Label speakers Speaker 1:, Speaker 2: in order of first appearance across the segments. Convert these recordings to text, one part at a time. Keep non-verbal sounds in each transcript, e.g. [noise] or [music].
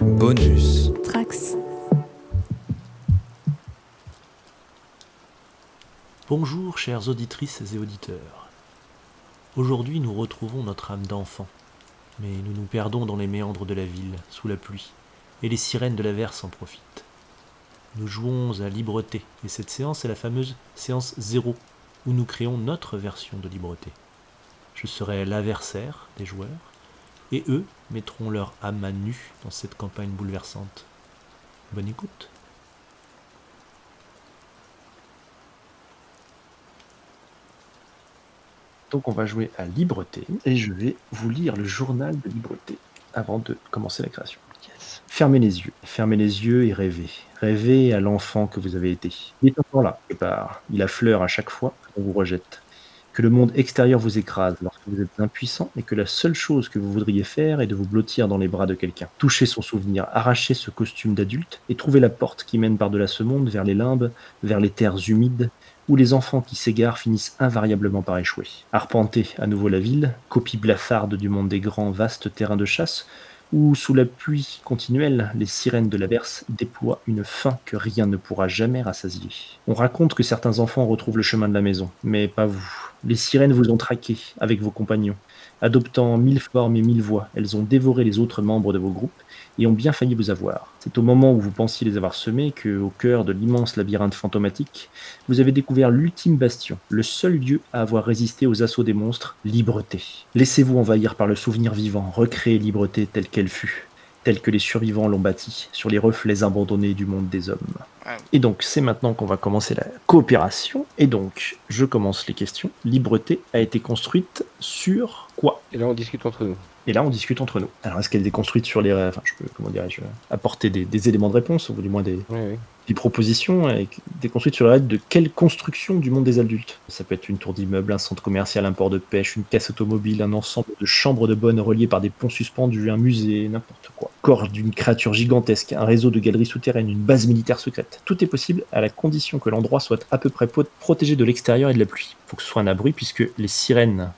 Speaker 1: Bonus.
Speaker 2: Trax.
Speaker 3: Bonjour chères auditrices et auditeurs. Aujourd'hui nous retrouvons notre âme d'enfant, mais nous nous perdons dans les méandres de la ville, sous la pluie, et les sirènes de la verse en profitent. Nous jouons à Libreté, et cette séance est la fameuse séance zéro, où nous créons notre version de Libreté. Je serai l'adversaire des joueurs, et eux mettront leur âme à nu dans cette campagne bouleversante. Bonne écoute
Speaker 4: Donc on va jouer à Libreté et je vais vous lire le journal de Libreté avant de commencer la création. Fermez les yeux, fermez les yeux et rêvez. Rêvez à l'enfant que vous avez été. Il est encore là, quelque part. Il affleure à chaque fois qu'on vous rejette. Que le monde extérieur vous écrase lorsque vous êtes impuissant et que la seule chose que vous voudriez faire est de vous blottir dans les bras de quelqu'un. Touchez son souvenir, arrachez ce costume d'adulte et trouvez la porte qui mène par-delà ce monde vers les limbes, vers les terres humides, où les enfants qui s'égarent finissent invariablement par échouer. Arpentez à nouveau la ville, copie blafarde du monde des grands vastes terrains de chasse, où, sous la pluie continuelle, les sirènes de la verse déploient une faim que rien ne pourra jamais rassasier. On raconte que certains enfants retrouvent le chemin de la maison, mais pas vous. Les sirènes vous ont traqué, avec vos compagnons. Adoptant mille formes et mille voix, elles ont dévoré les autres membres de vos groupes et ont bien failli vous avoir. C'est au moment où vous pensiez les avoir semés que, au cœur de l'immense labyrinthe fantomatique, vous avez découvert l'ultime bastion, le seul lieu à avoir résisté aux assauts des monstres, Libreté. Laissez-vous envahir par le souvenir vivant, recréez Libreté telle qu'elle fut, telle que les survivants l'ont bâtie, sur les reflets abandonnés du monde des hommes. Et donc, c'est maintenant qu'on va commencer la coopération. Et donc, je commence les questions. Libreté a été construite sur quoi
Speaker 5: Et là, on discute entre nous.
Speaker 4: et là, on discute entre nous. Alors, est-ce qu'elle est déconstruite sur les. Enfin, je peux, comment dirais-je, apporter des, des éléments de réponse, ou du moins des,
Speaker 5: Oui, oui.
Speaker 4: des propositions, et déconstruite sur la de quelle construction du monde des adultes Ça peut être une tour d'immeuble, un centre commercial, un port de pêche, une caisse automobile, un ensemble de chambres de bonne reliées par des ponts suspendus, un musée, n'importe quoi. Corps d'une créature gigantesque, un réseau de galeries souterraines, une base militaire secrète. Tout est possible à la condition que l'endroit soit à peu près pot- protégé de l'extérieur et de la pluie. Faut que ce soit un abri, puisque les sirènes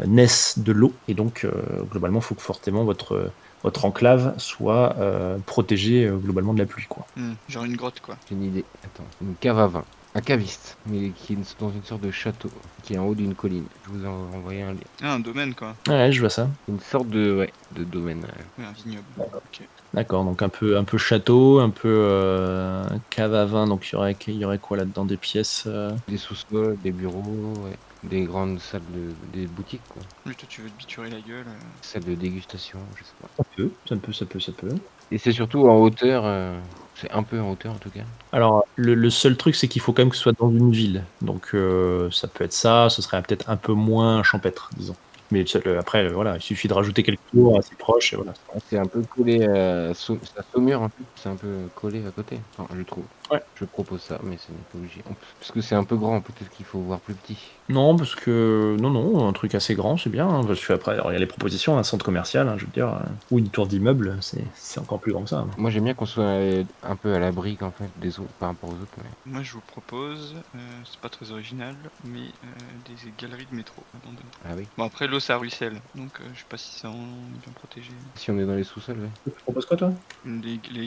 Speaker 4: euh, naissent de l'eau et donc euh, globalement faut que fortement votre euh, votre enclave soit euh, protégée euh, globalement de la pluie quoi.
Speaker 6: Hmm, genre une grotte quoi.
Speaker 5: J'ai une idée. Attends. Une cave à vin. Un caviste. Mais qui est dans une sorte de château. Qui est en haut d'une colline. Je vous ai envoyé un lien.
Speaker 6: Ah, un domaine quoi.
Speaker 4: Ouais, je vois ça.
Speaker 5: Une sorte de, ouais, de domaine. euh,
Speaker 6: Ouais, un vignoble. Ok.
Speaker 4: D'accord, donc un peu, un peu château, un peu euh, cave à vin, donc il y aurait, il y aurait quoi là-dedans Des pièces euh,
Speaker 5: Des sous-sols, des bureaux, ouais. Des grandes salles de. des boutiques, quoi.
Speaker 6: Lui, toi, tu veux te biturer la gueule. euh.
Speaker 5: Salles de dégustation, je sais pas.
Speaker 4: Ça peut, ça peut, ça peut, ça peut.
Speaker 5: Et c'est surtout en hauteur. euh, C'est un peu en hauteur, en tout cas.
Speaker 4: Alors, le, le seul truc, c'est qu'il faut quand même que ce soit dans une ville. Donc euh, ça peut être ça, ce serait peut-être un peu moins champêtre, disons. Mais ça, le- après, euh, voilà, il suffit de rajouter quelques tours assez proches, et voilà.
Speaker 5: C'est un peu collé à Sau- c'est à Saumur, en fait. C'est un peu collé à côté, enfin, je trouve.
Speaker 4: Ouais.
Speaker 5: Je propose ça, mais ce n'est pas obligé. On- Parce que c'est un peu grand, peut-être qu'il faut voir plus petit.
Speaker 4: Non, parce que, non, non, un truc assez grand, c'est bien, hein, parce que après, alors, il y a les propositions, un centre commercial, hein, je veux dire, euh, ou une tour d'immeuble, c'est c'est encore plus grand que ça. hein.
Speaker 5: Moi, j'aime bien qu'on soit euh, un peu à l'abri, en fait, des autres, par rapport aux autres. Mais...
Speaker 6: Moi, je vous propose, euh, c'est pas très original, mais euh, des galeries de métro abandonnées.
Speaker 5: Ah oui.
Speaker 6: Bon, après, l'eau, ça ruisselle. Donc, euh, je sais pas si c'est en- bien protégé.
Speaker 5: Si on est dans les sous-sols, ouais.
Speaker 4: Tu proposes quoi, toi
Speaker 6: Les, les- les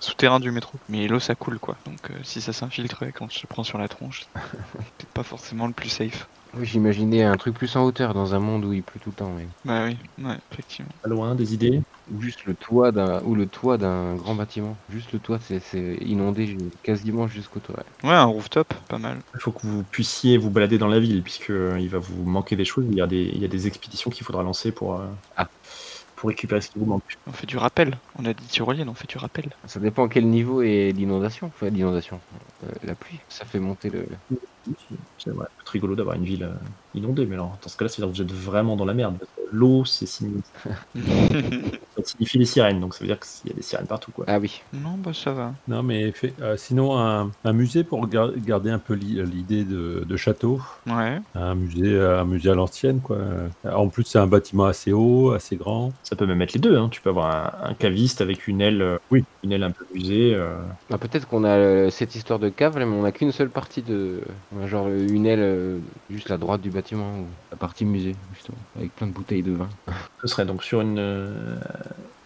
Speaker 6: souterrains du métro. Mais l'eau, ça coule quoi. Donc, euh, si ça s'infiltre et qu'on se prend sur la tronche, c'est pas forcément le plus safe.
Speaker 5: Oui, J'imaginais un truc plus en hauteur, dans un monde où il pleut tout le temps, mais...
Speaker 6: Bah oui, ouais, effectivement.
Speaker 4: Pas loin, des idées
Speaker 5: Ou Juste le toit d'un ou le toit d'un grand bâtiment. Juste le toit, c'est- c'est inondé ju- quasiment jusqu'au toit. ouais.
Speaker 6: Ouais, un rooftop, pas mal.
Speaker 4: Il faut que vous puissiez vous balader dans la ville, puisque euh, il va vous manquer des choses. Il y a des, il y a des expéditions qu'il faudra lancer pour, euh,
Speaker 5: Ah.
Speaker 4: pour récupérer ce qui vous manque.
Speaker 6: On fait du rappel. On a dit tyrolienne, on fait du rappel.
Speaker 5: Ça dépend quel niveau est l'inondation. Enfin, l'inondation. euh, la pluie. Ça fait monter le...
Speaker 4: C'est ouais, c'est rigolo d'avoir une ville euh, inondée, mais alors, dans ce cas-là, c'est-à-dire que vous êtes vraiment dans la merde. parce que L'eau, c'est signi- ça signifie les sirènes, donc ça veut dire qu'il y a des sirènes partout. Quoi.
Speaker 5: Ah oui.
Speaker 6: non, bah ça va.
Speaker 7: Non, mais fait- euh, sinon, un, un musée pour gar- garder un peu l'i- l'idée de, de château.
Speaker 6: Ouais.
Speaker 7: Un musée, un musée à l'ancienne, quoi. En plus, c'est un bâtiment assez haut, assez grand.
Speaker 4: Ça peut même être les deux. hein. Tu peux avoir un, un caviste avec une aile, euh, oui. une aile un peu usée. euh,
Speaker 5: Ah, peut-être qu'on a euh, cette histoire de cave, là, mais on a qu'une seule partie de. On a genre euh, une aile euh, juste la droite du bâtiment, ou la partie musée, justement, avec plein de bouteilles de vin.
Speaker 4: Ce serait donc sur une, euh,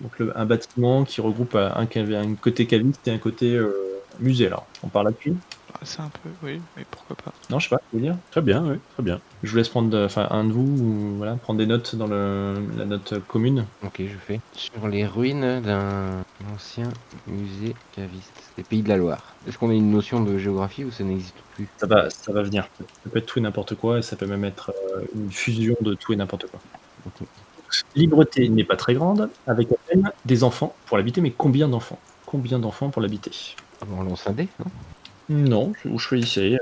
Speaker 4: donc le- un bâtiment qui regroupe euh, un, cavi- un côté caviste et un côté euh, musée. Là, on parle là-dessus
Speaker 6: Ah, C'est un peu, oui, mais pourquoi pas.
Speaker 4: Non, je sais pas. vous voulez dire
Speaker 7: Très bien, oui, très bien.
Speaker 4: Je vous laisse prendre, euh, enfin, un de vous, ou, voilà, prendre des notes dans le, la note commune.
Speaker 5: Ok, je fais. Sur les ruines d'un ancien musée caviste des Pays de la Loire. Est-ce qu'on a une notion de géographie ou ça n'existe plus
Speaker 4: Ça va, ça va venir. Ça peut être tout et n'importe quoi, et ça peut même être euh, une fusion de tout et n'importe quoi.
Speaker 5: Ok.
Speaker 4: Libreté n'est pas très grande, avec à peine des enfants pour l'habiter, mais combien d'enfants Combien d'enfants pour l'habiter
Speaker 5: On lance un dé, non
Speaker 4: Non, je- vous choisissez.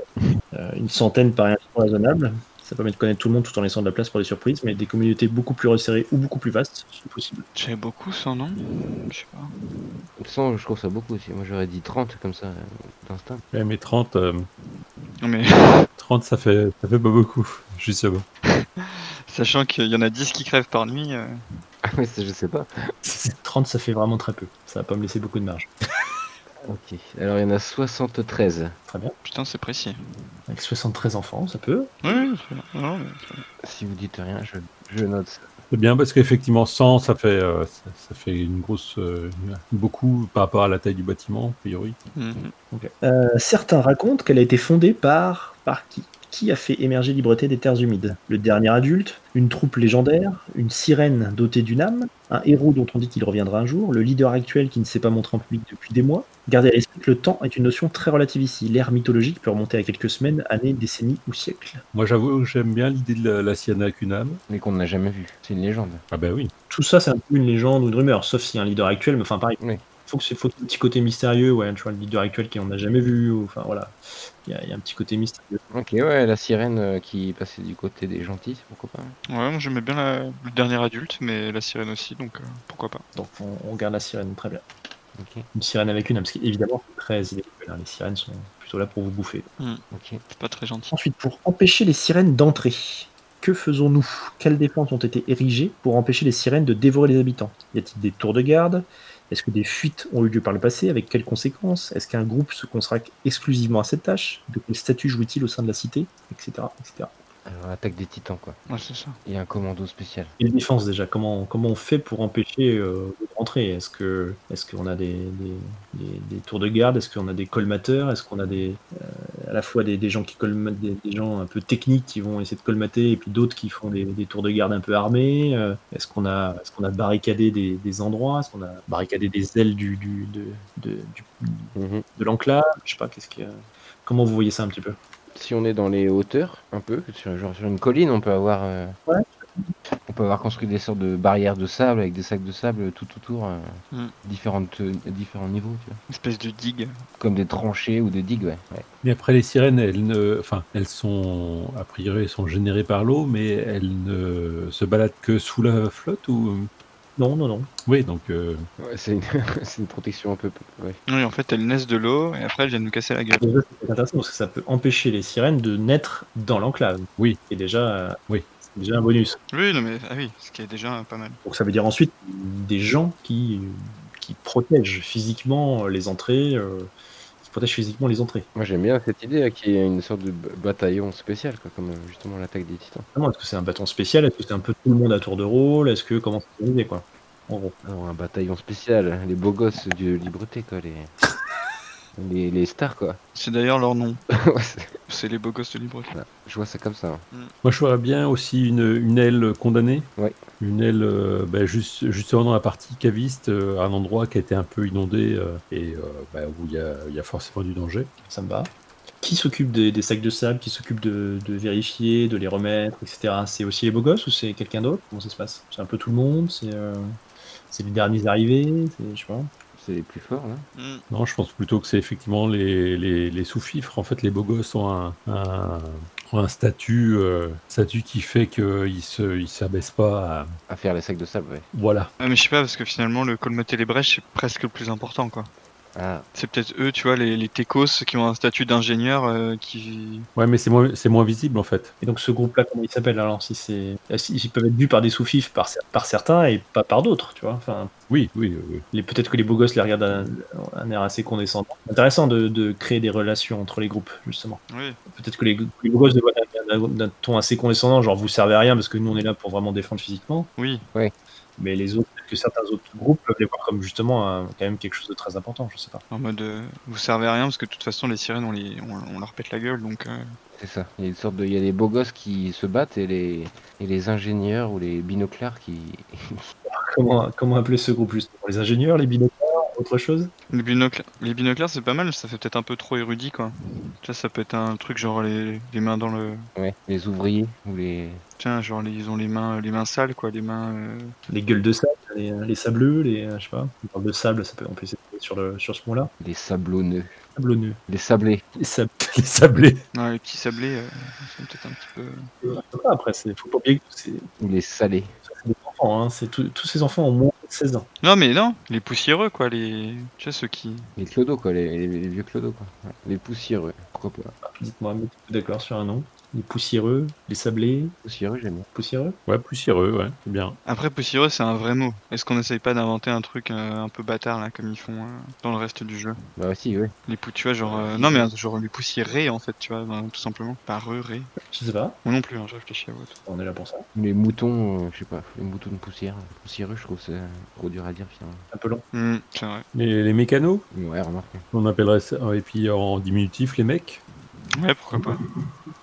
Speaker 4: Euh, une centaine paraît un chiffre raisonnable. Ça permet de connaître tout le monde tout en laissant de la place pour des surprises, mais des communautés beaucoup plus resserrées ou beaucoup plus vastes, c'est possible.
Speaker 6: J'avais beaucoup sans nom Je sais pas.
Speaker 5: 100, je trouve ça beaucoup aussi. Moi, j'aurais dit 30 comme ça, euh, d'instinct. [laughs]
Speaker 7: Ouais, mais 30, euh,
Speaker 6: Non mais [laughs]
Speaker 7: 30 ça, fait, ça fait pas beaucoup, [laughs] justement.
Speaker 6: sachant qu'il y en a 10 qui crèvent par nuit, euh,
Speaker 5: Ah, mais ça, je sais pas.
Speaker 4: 30, ça fait vraiment très peu. Ça va pas me laisser beaucoup de marge.
Speaker 5: Ok. Alors, il y en a 73.
Speaker 6: putain c'est précis.
Speaker 4: Avec 73 enfants, ça peut.
Speaker 6: Oui, oui, c'est bien. Non, mais-
Speaker 5: Si vous dites rien, je, je note ça.
Speaker 7: C'est bien parce qu'effectivement 100 ça fait, euh, ça, ça fait une grosse, euh, beaucoup par rapport à la taille du bâtiment, a priori.
Speaker 6: Mhm.
Speaker 4: Euh, certains racontent qu'elle a été fondée par, par qui Qui a fait émerger Libreté des terres humides Le dernier adulte Une troupe légendaire Une sirène dotée d'une âme Un héros dont on dit qu'il reviendra un jour Le leader actuel qui ne s'est pas montré en public depuis des mois Gardez à l'esprit que le temps est une notion très relative ici. L'ère mythologique peut remonter à quelques semaines, années, décennies ou siècles.
Speaker 7: Moi j'avoue que j'aime bien l'idée de la, la Siana Kunam.
Speaker 5: Mais qu'on n'a jamais vu. C'est une légende.
Speaker 7: Ah ben oui.
Speaker 4: Tout ça, c'est un peu une légende ou une rumeur, sauf s'il y a un leader actuel, mais enfin, pareil.
Speaker 5: Oui.
Speaker 4: Faut que c'est faut qu'il y ait un petit côté mystérieux, ouais, tu vois, le leader actuel qu'on n'a jamais vu, ou- enfin voilà. Il y a- il y a un petit côté mystérieux.
Speaker 5: Ok, ouais, la sirène euh, qui passait du côté des gentils, pourquoi pas.
Speaker 6: Ouais, moi j'aimais bien la- le dernier adulte, mais la sirène aussi, donc euh, pourquoi pas.
Speaker 4: Donc on, on garde la sirène, très bien.
Speaker 5: Ok,
Speaker 4: Une sirène avec une âme, parce qu'évidemment, c'est très inhabituel, hein, les sirènes sont plutôt là pour vous bouffer.
Speaker 5: ok.
Speaker 6: C'est pas très gentil.
Speaker 4: Ensuite, pour empêcher les sirènes d'entrer, que faisons-nous Quelles défenses ont été érigées pour empêcher les sirènes de dévorer les habitants Y a-t-il des tours de garde Est-ce que des fuites ont eu lieu par le passé Avec quelles conséquences Est-ce qu'un groupe se consacre exclusivement à cette tâche De quel statut jouit-il au sein de la cité Etc. etc.
Speaker 5: Alors, attaque des titans, quoi.
Speaker 6: Ouais, c'est ça.
Speaker 5: Il y a un commando spécial.
Speaker 4: Et les défenses déjà, comment, comment on fait pour empêcher euh, de rentrer Est-ce que est-ce qu'on a des, des- des- des tours de garde Est-ce qu'on a des colmateurs Est-ce qu'on a des euh, à la fois des, des gens qui colmatent des, des gens un peu techniques qui vont essayer de colmater et puis d'autres qui font des, des tours de garde un peu armés euh, Est-ce qu'on a est-ce qu'on a barricadé des, des endroits Est-ce qu'on a barricadé des ailes du, du- de, de- du- de l'enclave Je sais pas qu'est-ce qu'il y a- Comment vous voyez ça un petit peu
Speaker 5: Si on est dans les hauteurs, un peu, sur, genre sur une colline, on peut avoir. euh,
Speaker 4: Ouais.
Speaker 5: On peut avoir construit des sortes de barrières de sable avec des sacs de sable tout autour, euh,
Speaker 6: Mm.
Speaker 5: différentes, euh, différents niveaux, tu vois.
Speaker 6: Une espèce de digue.
Speaker 5: Comme des tranchées ou des digues, ouais. ouais.
Speaker 7: Mais après les sirènes, elles ne, enfin elles sont a priori elles sont générées par l'eau, mais elles ne se baladent que sous la flotte ou.
Speaker 4: Non, non, non.
Speaker 7: Oui donc euh,
Speaker 5: Ouais, c'est une, [laughs] c'est une protection un peu. Ouais.
Speaker 6: Oui, en fait, elles naissent de l'eau et après elles viennent nous casser la gueule.
Speaker 4: Déjà, c'est intéressant parce que ça peut empêcher les sirènes de naître dans l'enclave.
Speaker 7: Oui.
Speaker 4: Et déjà, euh,
Speaker 7: Oui.
Speaker 4: c'est déjà un bonus.
Speaker 6: Oui, non mais ah oui, ce qui est déjà pas mal.
Speaker 4: Donc ça veut dire ensuite des gens qui, qui protègent physiquement les entrées, euh, qui protègent physiquement les entrées.
Speaker 5: Moi j'aime bien cette idée là, qu'il y ait une sorte de b- bataillon spécial, quoi, comme euh, justement l'attaque des titans.
Speaker 4: Vraiment, Est-ce que c'est un bâton spécial Est-ce que c'est un peu tout le monde à tour de rôle Est-ce que comment c'est organisé quoi En gros.
Speaker 5: Alors, Oh, un bataillon spécial, les beaux gosses de Libreté, quoi, les. les, les stars, quoi. [laughs]
Speaker 6: C'est d'ailleurs leur nom.
Speaker 5: Ouais, c'est-
Speaker 6: C'est les beaux gosses de Libreté.
Speaker 5: je vois ça comme ça. hein.
Speaker 7: moi je vois bien aussi une, une aile condamnée.
Speaker 5: Ouais.
Speaker 7: Une aile euh, ben, juste justement dans la partie caviste, euh, un endroit qui a été un peu inondé euh, et euh, ben, où il y a- il y a forcément du danger.
Speaker 4: Ça me va. Qui s'occupe des, des sacs de sable Qui s'occupe de, de vérifier, de les remettre, etc. C'est aussi les beaux gosses ou c'est quelqu'un d'autre Comment ça se passe C'est un peu tout le monde C'est euh, c'est les derniers arrivés C'est- Je sais pas.
Speaker 5: C'est les plus forts, hein. là.
Speaker 6: Mm.
Speaker 7: Non, je pense plutôt que c'est effectivement les, les, les sous-fifres. En fait, les beaux gosses ont un, un, ont un statut, euh, statut qui fait qu'ils se, ils s'abaissent pas. à-
Speaker 5: À faire les sacs de sable, ouais.
Speaker 7: Voilà.
Speaker 6: Ah, mais je sais pas parce que finalement le colmater les brèches c'est presque le plus important quoi.
Speaker 5: Ah,
Speaker 6: C'est peut-être eux, tu vois, les, les techos qui ont un statut d'ingénieur euh, qui.
Speaker 7: Ouais, mais c'est moins, c'est moins visible en fait.
Speaker 4: Et donc ce groupe-là, comment il s'appelle alors si c'est... euh, si- Ils peuvent être vus par des sous-fifs par, cer- par certains et pas par d'autres, tu vois. Enfin,
Speaker 7: Oui, oui, oui.
Speaker 4: les... Peut-être que les beaux gosses les regardent d'un un air assez condescendant. Intéressant de, de créer des relations entre les groupes, justement.
Speaker 6: Oui.
Speaker 4: Peut-être que les, que les beaux gosses les voient d'un- d'un- d'un ton assez condescendant, genre vous servez à rien parce que nous on est là pour vraiment défendre physiquement.
Speaker 6: Oui.
Speaker 4: Mais les autres, peut-être que certains autres groupes peuvent les voir comme justement un- quand même quelque chose de très important, je sais pas.
Speaker 6: En mode, euh, vous servez à rien parce que de toute façon, les sirènes, on, les, on, on leur pète la gueule, donc euh,
Speaker 5: C'est ça. Il y a une sorte de, il y a des beaux gosses qui se battent et les, et les ingénieurs ou les binoclars qui.
Speaker 4: Comment, comment appeler ce groupe juste Pour les ingénieurs, les binoclars, autre chose
Speaker 6: les binocles, les binoclars, c'est pas mal, ça fait peut-être un peu trop érudit, quoi. Tu vois, ça peut être un truc genre les, les mains dans le,
Speaker 5: Ouais. Les ouvriers ou les.
Speaker 6: tiens, genre les- ils ont les mains, les mains sales, quoi, les mains. euh,
Speaker 4: Les gueules de sable, les, les sableux, les euh, je sais pas. On parle de sable, ça peut, on peut essayer de trouver sur, le, sur ce mot-là.
Speaker 5: Les sablonneux.
Speaker 4: Sablonneux.
Speaker 5: Les sablés.
Speaker 4: Les sab-
Speaker 7: [laughs] Les sablés.
Speaker 6: ouais, les petits sablés, euh, ils sont peut-être un petit peu.
Speaker 4: Après, c'est faut pas oublier que c'est
Speaker 5: Ou les salés.
Speaker 4: c'est des enfants, hein. c'est tout- tous ces enfants ont moins de 16 ans.
Speaker 6: Non, mais non, les poussiéreux, quoi, les, tu sais ceux qui.
Speaker 5: Les clodos, quoi. Les, les- les vieux clodos, quoi. Ouais. Les poussiéreux. Pourquoi pas
Speaker 4: Ah, Dites-moi, mettez-vous d'accord sur un nom. Les poussiéreux, les sablés,
Speaker 5: Poussiéreux, j'aime bien.
Speaker 4: poussiéreux
Speaker 7: Ouais, poussiéreux, ouais, c'est bien.
Speaker 6: Après, poussiéreux, c'est un vrai mot. Est-ce qu'on n'essaye pas d'inventer un truc euh, un peu bâtard, là, comme ils font euh, dans le reste du jeu
Speaker 5: Bah, si, ouais.
Speaker 6: Les pou, tu vois, genre. euh, non, mais euh, genre les poussiérés, en fait, tu vois, ben, tout simplement. Pas re, ré.
Speaker 4: Je sais pas,
Speaker 6: Moi non plus, hein, je réfléchis à votre.
Speaker 4: on est là pour ça.
Speaker 5: Les moutons, euh, je sais pas. Les moutons de poussière. Poussiéreux, je trouve que c'est trop dur à dire, finalement.
Speaker 4: Un peu long.
Speaker 6: Hmm, c'est vrai.
Speaker 7: Les, les mécanos,
Speaker 5: Ouais, remarque.
Speaker 7: on appellerait ça. Et puis en diminutif, les mecs.
Speaker 6: Ouais, pourquoi pas.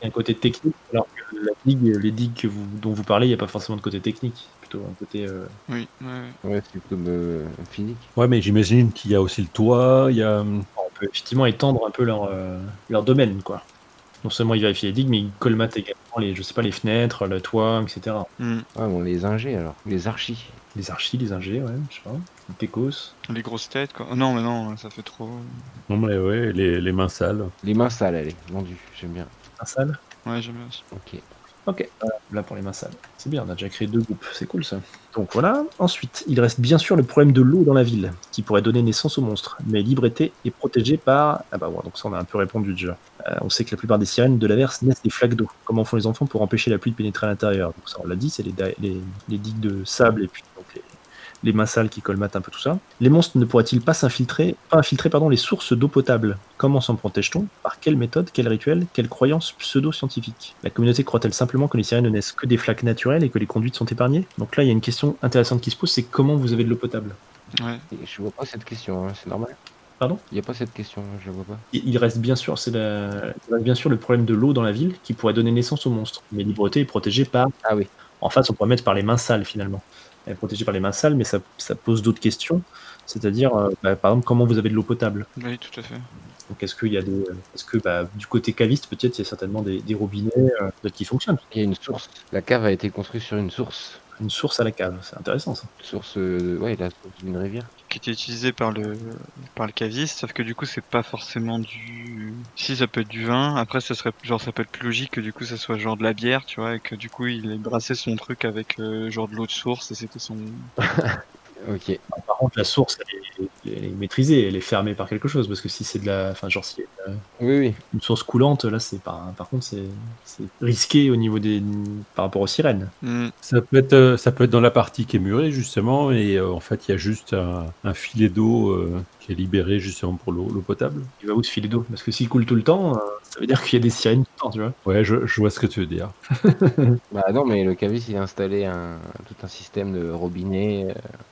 Speaker 4: Il y a un côté technique, alors que la digue, les digues que vous, dont vous parlez, il n'y a pas forcément de côté technique, plutôt un côté. euh,
Speaker 6: Oui, ouais, ouais.
Speaker 5: Ouais, c'est plutôt euh, physique.
Speaker 7: Ouais, mais j'imagine qu'il y a aussi le toit, il y a.
Speaker 4: on peut effectivement étendre un peu leur, euh, leur domaine, quoi. Non seulement ils vérifient les digues, mais ils colmatent également les, je sais pas, les fenêtres, le toit, etc.
Speaker 6: Hmm.
Speaker 5: Ouais, bon, les ingés, alors. Les archis.
Speaker 4: Les archis, les ingés, ouais, je sais pas. Les técos.
Speaker 6: Les grosses têtes, quoi. Oh, Non, mais non, ça fait trop.
Speaker 7: Non, mais ouais, les, les mains sales.
Speaker 5: Les mains sales, allez. Vendu. J'aime bien.
Speaker 4: Un sale
Speaker 6: Ouais, j'aime bien. aussi.
Speaker 5: Ok.
Speaker 4: Ok, voilà, là pour les mains sales. C'est bien, on a déjà créé deux groupes, c'est cool ça. Donc voilà, ensuite, il reste bien sûr le problème de l'eau dans la ville, qui pourrait donner naissance aux monstres, mais Libreté est protégée par... Ah bah ouais, donc ça on a un peu répondu déjà. Euh, on sait que la plupart des sirènes de l'averse naissent des flaques d'eau. Comment font les enfants pour empêcher la pluie de pénétrer à l'intérieur Donc ça on l'a dit, c'est les, da- les- les digues de sable et puis donc les, les mains sales qui colmatent un peu tout ça. Les monstres ne pourraient-ils pas s'infiltrer, pas infiltrer pardon, les sources d'eau potable Comment s'en protège-t-on Par quelle méthode, quel rituel, quelle croyance pseudo-scientifique La communauté croit-elle simplement que les sirènes ne naissent que des flaques naturelles et que les conduites sont épargnées Donc là, il y a une question intéressante qui se pose, c'est comment vous avez de l'eau potable
Speaker 6: Ouais.
Speaker 5: Et je vois pas cette question, hein, c'est normal.
Speaker 4: Pardon
Speaker 5: Il y a pas cette question, hein, je la vois pas.
Speaker 4: Il il reste bien sûr, c'est la- il reste bien sûr le problème de l'eau dans la ville qui pourrait donner naissance aux monstres. Mais Libreté est protégée par
Speaker 5: Ah oui.
Speaker 4: En face, on pourrait mettre par les mains sales finalement. Elle est protégée par les mains sales, mais ça, ça pose d'autres questions. C'est-à-dire, euh, bah, par exemple, comment vous avez de l'eau potable
Speaker 6: Oui, tout à fait.
Speaker 4: Donc, est-ce qu'il y a des, euh, est-ce que bah, du côté caviste, peut-être, il y a certainement des, des robinets euh, peut-être qui fonctionnent
Speaker 5: Il y a une source. La cave a été construite sur une source.
Speaker 4: Une source à la cave, c'est intéressant ça.
Speaker 5: Source, euh, ouais, la source d'une rivière.
Speaker 6: Qui était utilisé par le par le caviste, sauf que du coup, c'est pas forcément du. Si ça peut être du vin. Après, ça serait genre ça peut être plus logique que du coup ça soit genre de la bière, tu vois, et que du coup il brassait son truc avec euh, genre de l'eau de source et c'était son.
Speaker 5: Ok.
Speaker 4: Par contre, la source, elle est, elle est maîtrisée, elle est fermée par quelque chose, parce que si c'est de la, enfin, genre si euh,
Speaker 5: Oui, oui.
Speaker 4: une source coulante, là, c'est par, par contre, c'est, c'est risqué au niveau des, par rapport aux sirènes.
Speaker 6: Hmm.
Speaker 7: Ça peut, être, euh, ça peut être dans la partie qui est murée, justement, et euh, en fait, il y a juste un, un filet d'eau euh, qui est libéré, justement, pour l'eau l'eau potable.
Speaker 4: Il va où ce filet d'eau Parce que s'il coule tout le temps, euh, ça veut dire qu'il y a des sirènes tout le temps, tu vois.
Speaker 7: Ouais, je, je vois ce que tu veux dire.
Speaker 5: Bah non, mais le caviste, il a installé un, tout un système de robinet.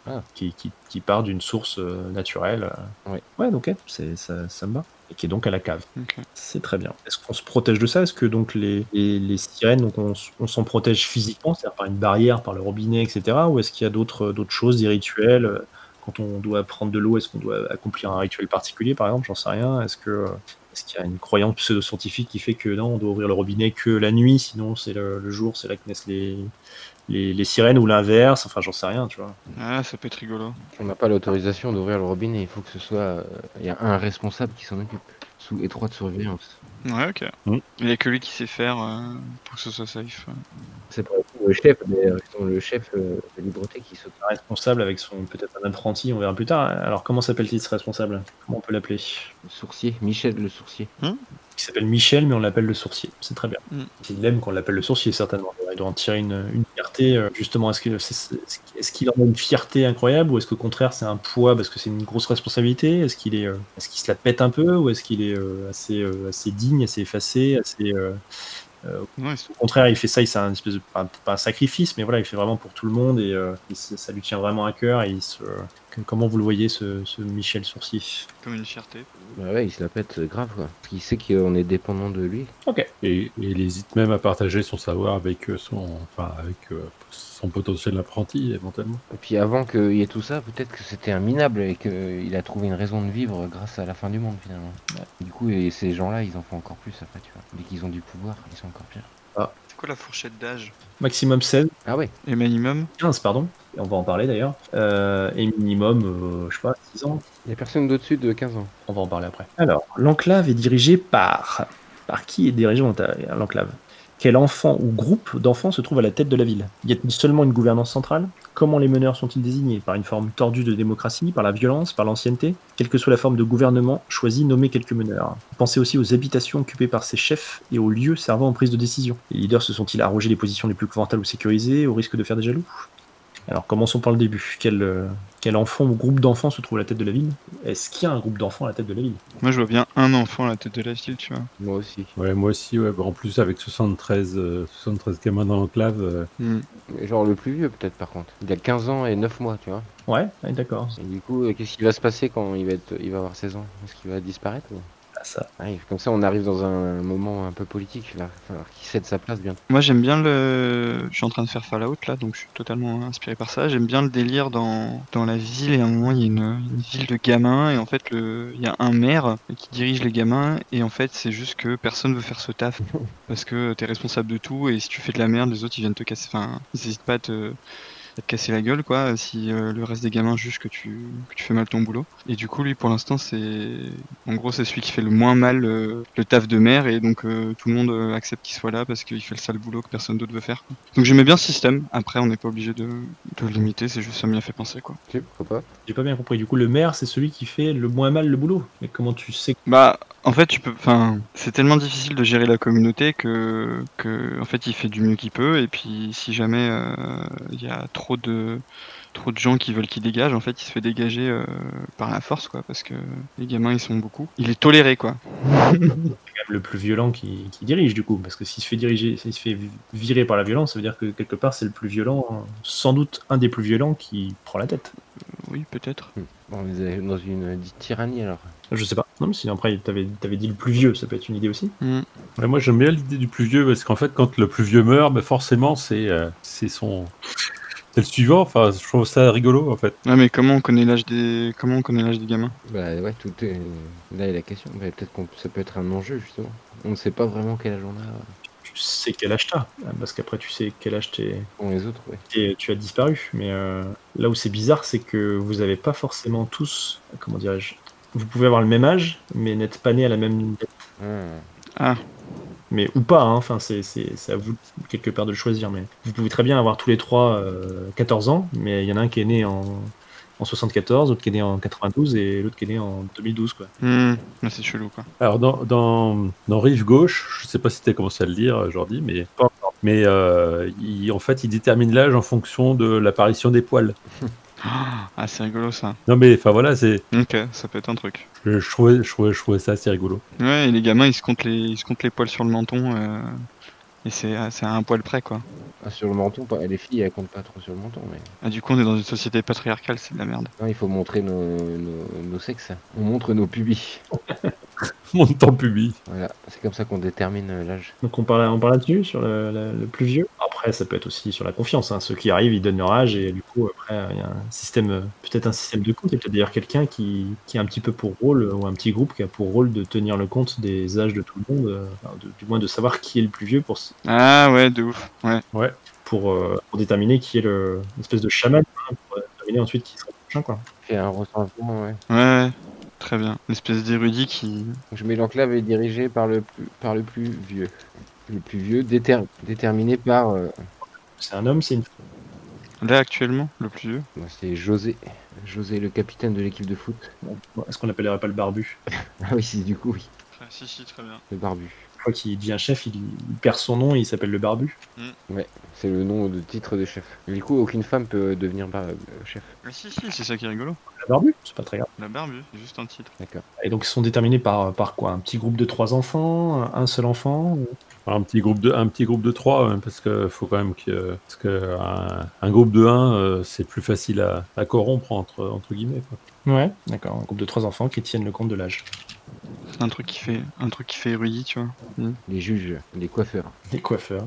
Speaker 5: euh,
Speaker 4: qui, qui- qui part d'une source euh, naturelle. euh.
Speaker 5: Oui.
Speaker 4: Ouais, donc ok, c'est- ça, ça me va. Et qui est donc à la cave.
Speaker 6: Ok.
Speaker 4: C'est très bien. Est-ce qu'on se protège de ça Est-ce que donc les, les- les sirènes, donc on, s- on s'en protège physiquement, c'est-à-dire par une barrière, par le robinet, etc. Ou est-ce qu'il y a d'autres euh, d'autres choses, des rituels euh, Quand on doit prendre de l'eau, est-ce qu'on doit accomplir un rituel particulier, par exemple J'en sais rien. Est-ce que euh, est-ce qu'il y a une croyance pseudo-scientifique qui fait que non, on doit ouvrir le robinet que la nuit, sinon c'est le, le jour, c'est là que naissent les, les, les sirènes ou l'inverse Enfin, j'en sais rien, tu vois.
Speaker 6: Ah, ça peut être rigolo.
Speaker 5: On n'a pas l'autorisation d'ouvrir le robinet. Il faut que ce soit. euh, Il y a un responsable qui s'en occupe. Sous étroite surveillance.
Speaker 6: Ouais, ok.
Speaker 7: Mm.
Speaker 6: Il y a que lui qui sait faire euh, pour que ce soit safe. Euh,
Speaker 5: C'est pas le chef, mais euh, ils ont le chef euh, de Libreté qui s'occupe.
Speaker 4: un responsable avec son peut-être un apprenti, on verra plus tard. Alors comment s'appelle-t-il ce responsable Comment on peut l'appeler
Speaker 5: Le sourcier. Michel le sourcier.
Speaker 4: Il s'appelle Michel, mais on l'appelle le sourcier. C'est très bien.
Speaker 6: Mm.
Speaker 4: Il aime qu'on l'appelle le sourcier, certainement. Il doit en tirer une, une fierté. euh, Justement, est-ce que c'est- c'est- est-ce qu'il en a une fierté incroyable ou est-ce qu'au contraire c'est un poids parce que c'est une grosse responsabilité Est-ce qu'il est, euh, est-ce qu'il se la pète un peu ou est-ce qu'il est euh, assez, euh, assez digne, assez effacé, assez euh,
Speaker 6: Ouais, c'est-
Speaker 4: Au contraire, il fait ça, il c'est un espèce de pas, peut-être pas un sacrifice, mais voilà, il fait vraiment pour tout le monde et, euh, et ça ça lui tient vraiment à cœur. Et il se... euh, que- Comment vous le voyez, ce, ce Michel Sourcif
Speaker 6: comme une fierté.
Speaker 5: Bah ouais, il se la pète euh, grave quoi. Parce qu'il sait qu'on est dépendant de lui.
Speaker 7: Et, et il hésite même à partager son savoir avec euh, son, enfin, avec euh, son potentiel apprenti éventuellement.
Speaker 5: Et puis avant qu'il y ait tout ça, peut-être que c'était un minable et qu'il a trouvé une raison de vivre grâce à la fin du monde finalement. Du coup, et ces gens-là, ils en font encore plus après, tu vois. Dès qu'ils ont du pouvoir, ils sont encore pires.
Speaker 6: C'est quoi la fourchette d'âge
Speaker 4: Maximum 16,
Speaker 5: Ah ouais,
Speaker 6: Et minimum
Speaker 4: 15, pardon, et on va en parler d'ailleurs, Euh, et minimum, euh, je sais pas, 6 ans,
Speaker 5: il y a personne d'au-dessus de 15 ans.
Speaker 4: on va en parler après. Alors, l'enclave est dirigée par. Par qui est dirigée l'Ontario, l'enclave Quel enfant ou groupe d'enfants se trouve à la tête de la ville Y a-t-il seulement une gouvernance centrale Comment les meneurs sont-ils désignés Par une forme tordue de démocratie, par la violence, par l'ancienneté Quelle que soit la forme de gouvernement choisi, nommez quelques meneurs. Pensez aussi aux habitations occupées par ces chefs et aux lieux servant en prise de décision. Les leaders se sont-ils arrogés les positions les plus confortables ou sécurisées, au risque de faire des jaloux alors commençons par le début. Quel, euh, quel enfant ou groupe d'enfants se trouve à la tête de la ville Est-ce qu'il y a un groupe d'enfants à la tête de la ville
Speaker 6: Moi, je vois bien un enfant à la tête de la file, tu vois.
Speaker 5: Moi aussi.
Speaker 7: Ouais, moi aussi, ouais. Bah, en plus, avec 73, euh, 73 gamins dans l'enclave, euh,
Speaker 6: Hmm.
Speaker 5: Genre le plus vieux peut-être par contre. Il a 15 ans et 9 mois, tu vois.
Speaker 4: Ouais, ouais, d'accord.
Speaker 5: Et du coup, euh, qu'est-ce qui va se passer quand il va, être, il va avoir 16 ans Est-ce qu'il va disparaître ou-
Speaker 4: Ah, ça.
Speaker 5: Arrive. Comme ça, on arrive dans un moment un peu politique. Là. Il va falloir qu'il cède sa place bientôt.
Speaker 6: Moi, j'aime bien le. Je suis en train de faire Fallout là, donc je suis totalement inspiré par ça. J'aime bien le délire dans, dans la ville. Et à un moment, il y a une, une ville de gamins, et en fait, le... il y a un maire qui dirige les gamins, et en fait, c'est juste que personne veut faire ce taf parce que t'es responsable de tout, et si tu fais de la merde, les autres ils viennent te casser. Enfin, ils hésitent pas à te à te casser la gueule quoi si euh, le reste des gamins juge que tu que tu fais mal ton boulot et du coup lui pour l'instant c'est en gros c'est celui qui fait le moins mal euh, le taf de mère et donc euh, tout le monde euh, accepte qu'il soit là parce qu'il fait le sale boulot que personne d'autre veut faire quoi. donc j'aimais bien ce système après on n'est pas obligé de, de le limiter c'est juste ça m'y a fait penser quoi
Speaker 5: Tu sais, pourquoi pas
Speaker 4: J'ai pas bien compris. Du coup, le maire, c'est celui qui fait le moins mal le boulot. Mais comment tu sais
Speaker 6: bah en fait tu peux enfin c'est tellement difficile de gérer la communauté que que en fait il fait du mieux qu'il peut et puis si jamais euh, il y a trop de trop de gens qui veulent qu'il dégage en fait il se fait dégager euh, par la force quoi parce que les gamins ils sont beaucoup il est toléré quoi
Speaker 4: quand même le plus violent qui, qui dirige du coup Parce que s'il se fait diriger, s'il se fait virer par la violence, ça veut dire que quelque part, c'est le plus violent, hein, sans doute un des plus violents qui prend la tête.
Speaker 6: oui peut-être
Speaker 5: Bon, On est dans une euh, dite tyrannie alors.
Speaker 4: Je sais pas. Non, mais si après, t'avais avais dit le plus vieux, ça peut être une idée aussi.
Speaker 6: Hmm.
Speaker 7: ouais, moi j'aime bien l'idée du plus vieux parce qu'en fait, quand le plus vieux meurt, bah, forcément, c'est euh, c'est son. C'est le suivant, enfin, je trouve ça rigolo en fait.
Speaker 6: Ouais, Ah, mais comment on connaît l'âge des comment on connaît l'âge des gamins
Speaker 5: Bah ouais, tout est. Là est la question. Bah, peut-être qu'on ça peut être un enjeu justement. On ne sait pas vraiment quel âge on a euh,
Speaker 4: Tu sais quel âge t'as, parce qu'après, tu sais quel âge t'es.
Speaker 5: pour les autres, ouais.
Speaker 4: et tu as disparu. Mais euh, là où c'est bizarre, c'est que vous n'avez pas forcément tous, comment dirais-je, vous pouvez avoir le même âge, mais n'êtes pas né à la même date.
Speaker 5: Ah.
Speaker 6: Ah,
Speaker 4: Mais ou pas, hein. enfin c'est c'est- c'est à vous quelque part de le choisir. Mais vous pouvez très bien avoir tous les trois euh, 14 ans, mais il y en a un qui est né en, en 74, l'autre qui est né en 92 et l'autre qui est né en 2012 quoi.
Speaker 6: hmm, mais c'est chelou quoi.
Speaker 7: Alors dans, dans, dans Rive Gauche, je sais pas si tu as commencé à le lire, Jordi, mais,
Speaker 4: Pas
Speaker 7: mais euh, il- en fait, il détermine l'âge en fonction de l'apparition des poils.
Speaker 6: Ah, c'est rigolo ça.
Speaker 7: Non mais enfin voilà, c'est
Speaker 6: Ok, ça peut être un truc.
Speaker 7: je, je trouvais, je, trouvais, je trouvais ça assez rigolo. [laughs]
Speaker 6: Ouais, et les gamins ils se comptent les ils se comptent les poils sur le menton euh, et c'est à c'est à un poil près quoi.
Speaker 5: Ah, sur le menton, pas... les filles elles comptent pas trop sur le menton, mais.
Speaker 6: Ah, du coup, on est dans une société patriarcale, c'est de la merde.
Speaker 5: Non, il faut montrer nos, nos, nos sexes. On montre nos pubis.
Speaker 7: Mon temps public.
Speaker 5: Voilà, c'est comme ça qu'on détermine euh, l'âge.
Speaker 4: Donc on parle on parle là-dessus sur le, le- le plus vieux. Après ça peut être aussi sur la confiance. hein. Ceux qui arrivent, ils donnent leur âge et du coup après il y a un système, euh, peut-être un système de compte. Il y a peut-être d'ailleurs quelqu'un qui, qui a un petit peu pour rôle euh, ou un petit groupe qui a pour rôle de tenir le compte des âges de tout le monde, euh, enfin, de- du moins de savoir qui est le plus vieux pour s-
Speaker 6: Ah ouais, de ouf. Ouais.
Speaker 4: pour, euh, pour déterminer qui est le une espèce de chaman hein, pour déterminer ensuite qui sera le prochain quoi.
Speaker 5: Fait un recensement, ouais.
Speaker 6: Ouais, ouais. Très bien. L'espèce d'érudit qui
Speaker 5: Donc, je mets l'enclave est dirigée par le plus, par le plus vieux. Le plus vieux déter- déterminé par. euh,
Speaker 4: C'est un homme, c'est une
Speaker 6: là actuellement, le plus vieux.
Speaker 5: bah, c'est José. José, le capitaine de l'équipe de foot.
Speaker 4: est-ce qu'on appellerait pas le barbu
Speaker 5: Ah oui, c'est du coup, oui.
Speaker 6: Ah, si si, très bien.
Speaker 5: Le barbu.
Speaker 4: Une fois qu'il devient chef, il, il perd son nom et il s'appelle le barbu.
Speaker 5: C'est le nom de titre de chef. Du coup, aucune femme peut devenir bar- euh, chef.
Speaker 6: si si, c'est ça qui est rigolo.
Speaker 4: Le barbu, c'est pas très grave.
Speaker 6: La barbu, c'est juste un titre.
Speaker 5: D'accord.
Speaker 4: Et donc ils sont déterminés par, par quoi Un petit groupe de trois enfants Un seul enfant ou-
Speaker 7: Un petit groupe de, un petit groupe de 3, parce que faut quand même que, parce que un, un groupe de 1, euh, c'est plus facile à, à corrompre, entre, entre guillemets. quoi.
Speaker 4: Ouais, d'accord. Un groupe de trois enfants qui tiennent le compte de l'âge.
Speaker 6: C'est un truc qui fait, un truc qui fait érudit, tu vois.
Speaker 5: Les juges, les coiffeurs, [laughs]
Speaker 4: Les coiffeurs,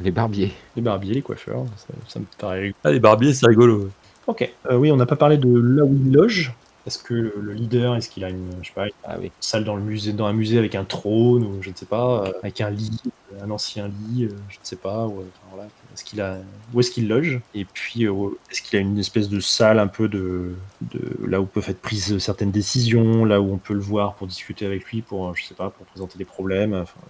Speaker 5: les barbiers.
Speaker 4: les barbiers, les coiffeurs, ça, ça me paraît rigolo.
Speaker 7: Ah, les barbiers, c'est rigolo.
Speaker 4: Ok. Euh, oui, on n'a pas parlé de là où il loge. Est-ce que le le leader, est-ce qu'il a une, je sais pas, une
Speaker 5: Ah oui.
Speaker 4: salle dans le musée, dans un musée avec un trône ou je ne sais pas, euh, avec un lit, un ancien lit, euh, je ne sais pas. ou, euh, enfin, voilà. Est-ce qu'il a, où est-ce qu'il loge Et puis euh, est-ce qu'il a une espèce de salle un peu de, de là où peuvent être prises certaines décisions, là où on peut le voir pour discuter avec lui, pour euh, je sais pas, pour présenter des problèmes. enfin,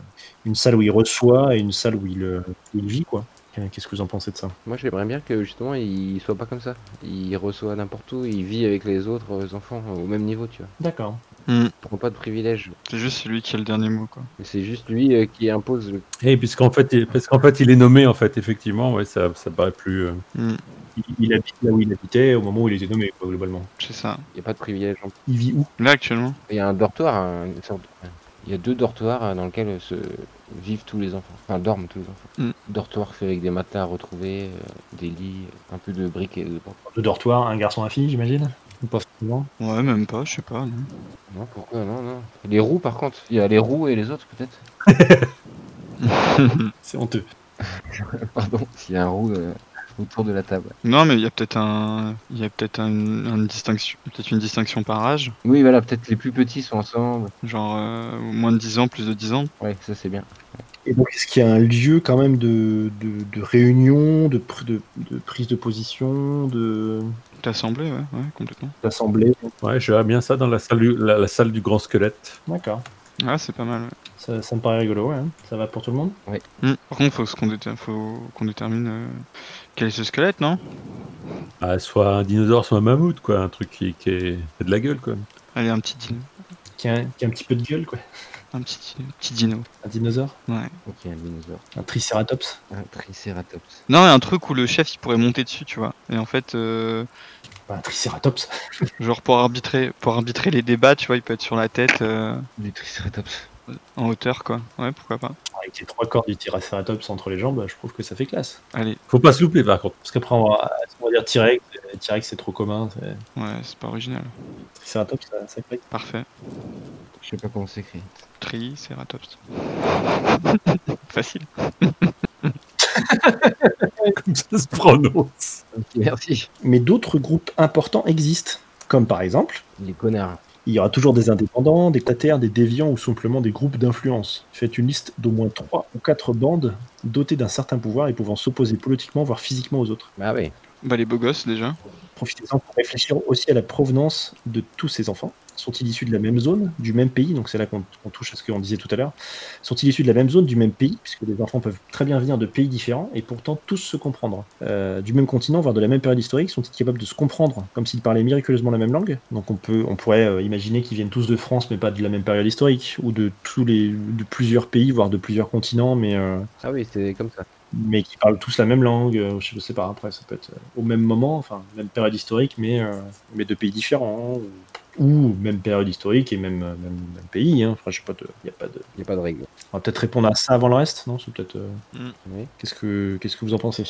Speaker 4: une salle où il reçoit et une salle où il, euh, où il vit quoi. Euh, Qu'est-ce que vous en pensez de ça
Speaker 5: Moi, j'aimerais bien que justement, il soit pas comme ça. Il reçoit n'importe où, il vit avec les autres euh, enfants euh, au même niveau, tu vois.
Speaker 4: D'accord.
Speaker 5: Il prend pas de privilèges.
Speaker 6: C'est juste celui qui a le dernier mot, quoi.
Speaker 5: Mais C'est juste lui euh, qui impose. le-
Speaker 7: Et puisqu'en fait, il- parce qu'en fait, il est nommé, en fait, effectivement, ouais, ça, ça paraît plus. euh,
Speaker 6: Hmm,
Speaker 4: Il, il habite là où il habitait au moment où il était nommé quoi, globalement.
Speaker 6: C'est ça.
Speaker 5: Il y a pas de privilèges. en-
Speaker 4: Il vit où
Speaker 6: Là, actuellement,
Speaker 5: Il y a un dortoir, un- une sorte de- Il y a deux dortoirs euh, dans lesquels se vivent tous les enfants. Enfin, dorment tous les enfants.
Speaker 6: Mm.
Speaker 5: Dortoir fait avec des matelas retrouvés, euh, des lits, un peu de briques et de broc.
Speaker 4: Deux dortoirs, un garçon, un fille, j'imagine Ou pas forcément
Speaker 6: ouais, même pas, je sais pas. non.
Speaker 5: Non, pourquoi Non, non. Les roues, par contre. Il y a les roues et les autres, peut-être.
Speaker 4: C'est honteux.
Speaker 5: [laughs] Pardon, s'il y a un roux euh, autour de la table.
Speaker 6: Non, mais il y a peut-être un, il y a peut-être un- une distinction, peut-être une distinction par âge,
Speaker 5: Oui, voilà, peut-être les plus petits sont ensemble.
Speaker 6: genre euh, moins de 10 ans, plus de 10 ans.
Speaker 5: Ouais, ça c'est bien.
Speaker 4: Et donc, est-ce qu'il y a un lieu quand même de, de, de réunion, de, pr- de, de prise de position, de
Speaker 6: L'assemblée, ouais, ouais, complètement.
Speaker 4: d'assemblée
Speaker 7: Ouais, j'aimerais bien ça dans la salle du, la, la salle du grand squelette.
Speaker 4: D'accord.
Speaker 6: Ah, c'est pas mal. ouais.
Speaker 4: Ça, ça me paraît rigolo, ouais. hein. Ça va pour tout le monde
Speaker 6: Hmm. Par contre, faut ce qu'on déter- faut qu'on détermine euh, quel est ce squelette, non
Speaker 7: Ah, soit un dinosaure, soit un mammouth, quoi. Un truc qui, qui est, qui a de la gueule, quoi.
Speaker 6: Allez, un petit dino,
Speaker 4: Qui a, qui a un petit peu de gueule, quoi.
Speaker 6: un petit, un petit dino.
Speaker 4: Un dinosaure
Speaker 6: Ouais.
Speaker 5: Ok, un dinosaure.
Speaker 4: Un tricératops
Speaker 5: Un tricératops.
Speaker 6: Non, mais un truc où le chef il pourrait monter dessus, tu vois. Et en fait, euh,
Speaker 4: Pas Un tricératops
Speaker 6: genre pour arbitrer, pour arbitrer les débats, tu vois, il peut être sur la tête, euh,
Speaker 5: Du tricératops.
Speaker 6: en hauteur, quoi. Ouais, pourquoi pas.
Speaker 4: Avec les trois corps du tricératops entre les jambes, bah, je trouve que ça fait classe.
Speaker 6: Allez,
Speaker 7: Faut pas se louper, par contre.
Speaker 4: Parce qu'après, on va, on va dire T-Rex. euh, T-Rex, c'est trop commun. c'est-
Speaker 6: ouais, c'est pas original.
Speaker 4: Tricératops, ça, ça claque.
Speaker 6: Parfait.
Speaker 5: Je sais pas comment s'écrit.
Speaker 6: Triceratops. [laughs] Facile.
Speaker 7: Comme ça se prononce.
Speaker 5: Ok, merci.
Speaker 4: Mais d'autres groupes importants existent. Comme par exemple
Speaker 5: Les connards.
Speaker 4: Il y aura toujours des indépendants, des tataires, des déviants ou simplement des groupes d'influence. Faites une liste d'au moins trois ou quatre bandes dotées d'un certain pouvoir et pouvant s'opposer politiquement, voire physiquement aux autres.
Speaker 5: Bah oui.
Speaker 6: Bah, les beaux gosses, déjà.
Speaker 4: Profitez-en pour réfléchir aussi à la provenance de tous ces enfants. Sont-ils issus de la même zone, du même pays Donc c'est là qu'on qu'on touche à ce qu'on disait tout à l'heure. Sont-ils issus de la même zone, du même pays Puisque les enfants peuvent très bien venir de pays différents et pourtant tous se comprendre. Euh, du même continent, voire de la même période historique, sont-ils capables de se comprendre comme s'ils parlaient miraculeusement la même langue Donc on, peut, on pourrait euh, imaginer qu'ils viennent tous de France mais pas de la même période historique, ou de, tous les, de plusieurs pays, voire de plusieurs continents, mais euh,
Speaker 5: Ah oui, c'est comme ça.
Speaker 4: mais qui parlent tous la même langue, euh, je sais pas, après ça peut être euh, au même moment, enfin, même période historique, mais, euh, mais de pays différents, ou, ou même période historique et même, euh, même, même pays, hein. enfin, je sais pas, de- y a pas de...
Speaker 5: Il n'y a pas de règle.
Speaker 4: On va peut-être répondre à ça avant le reste, non C'est peut-être... euh,
Speaker 5: Oui.
Speaker 4: Qu'est-ce que Qu'est-ce que vous en pensez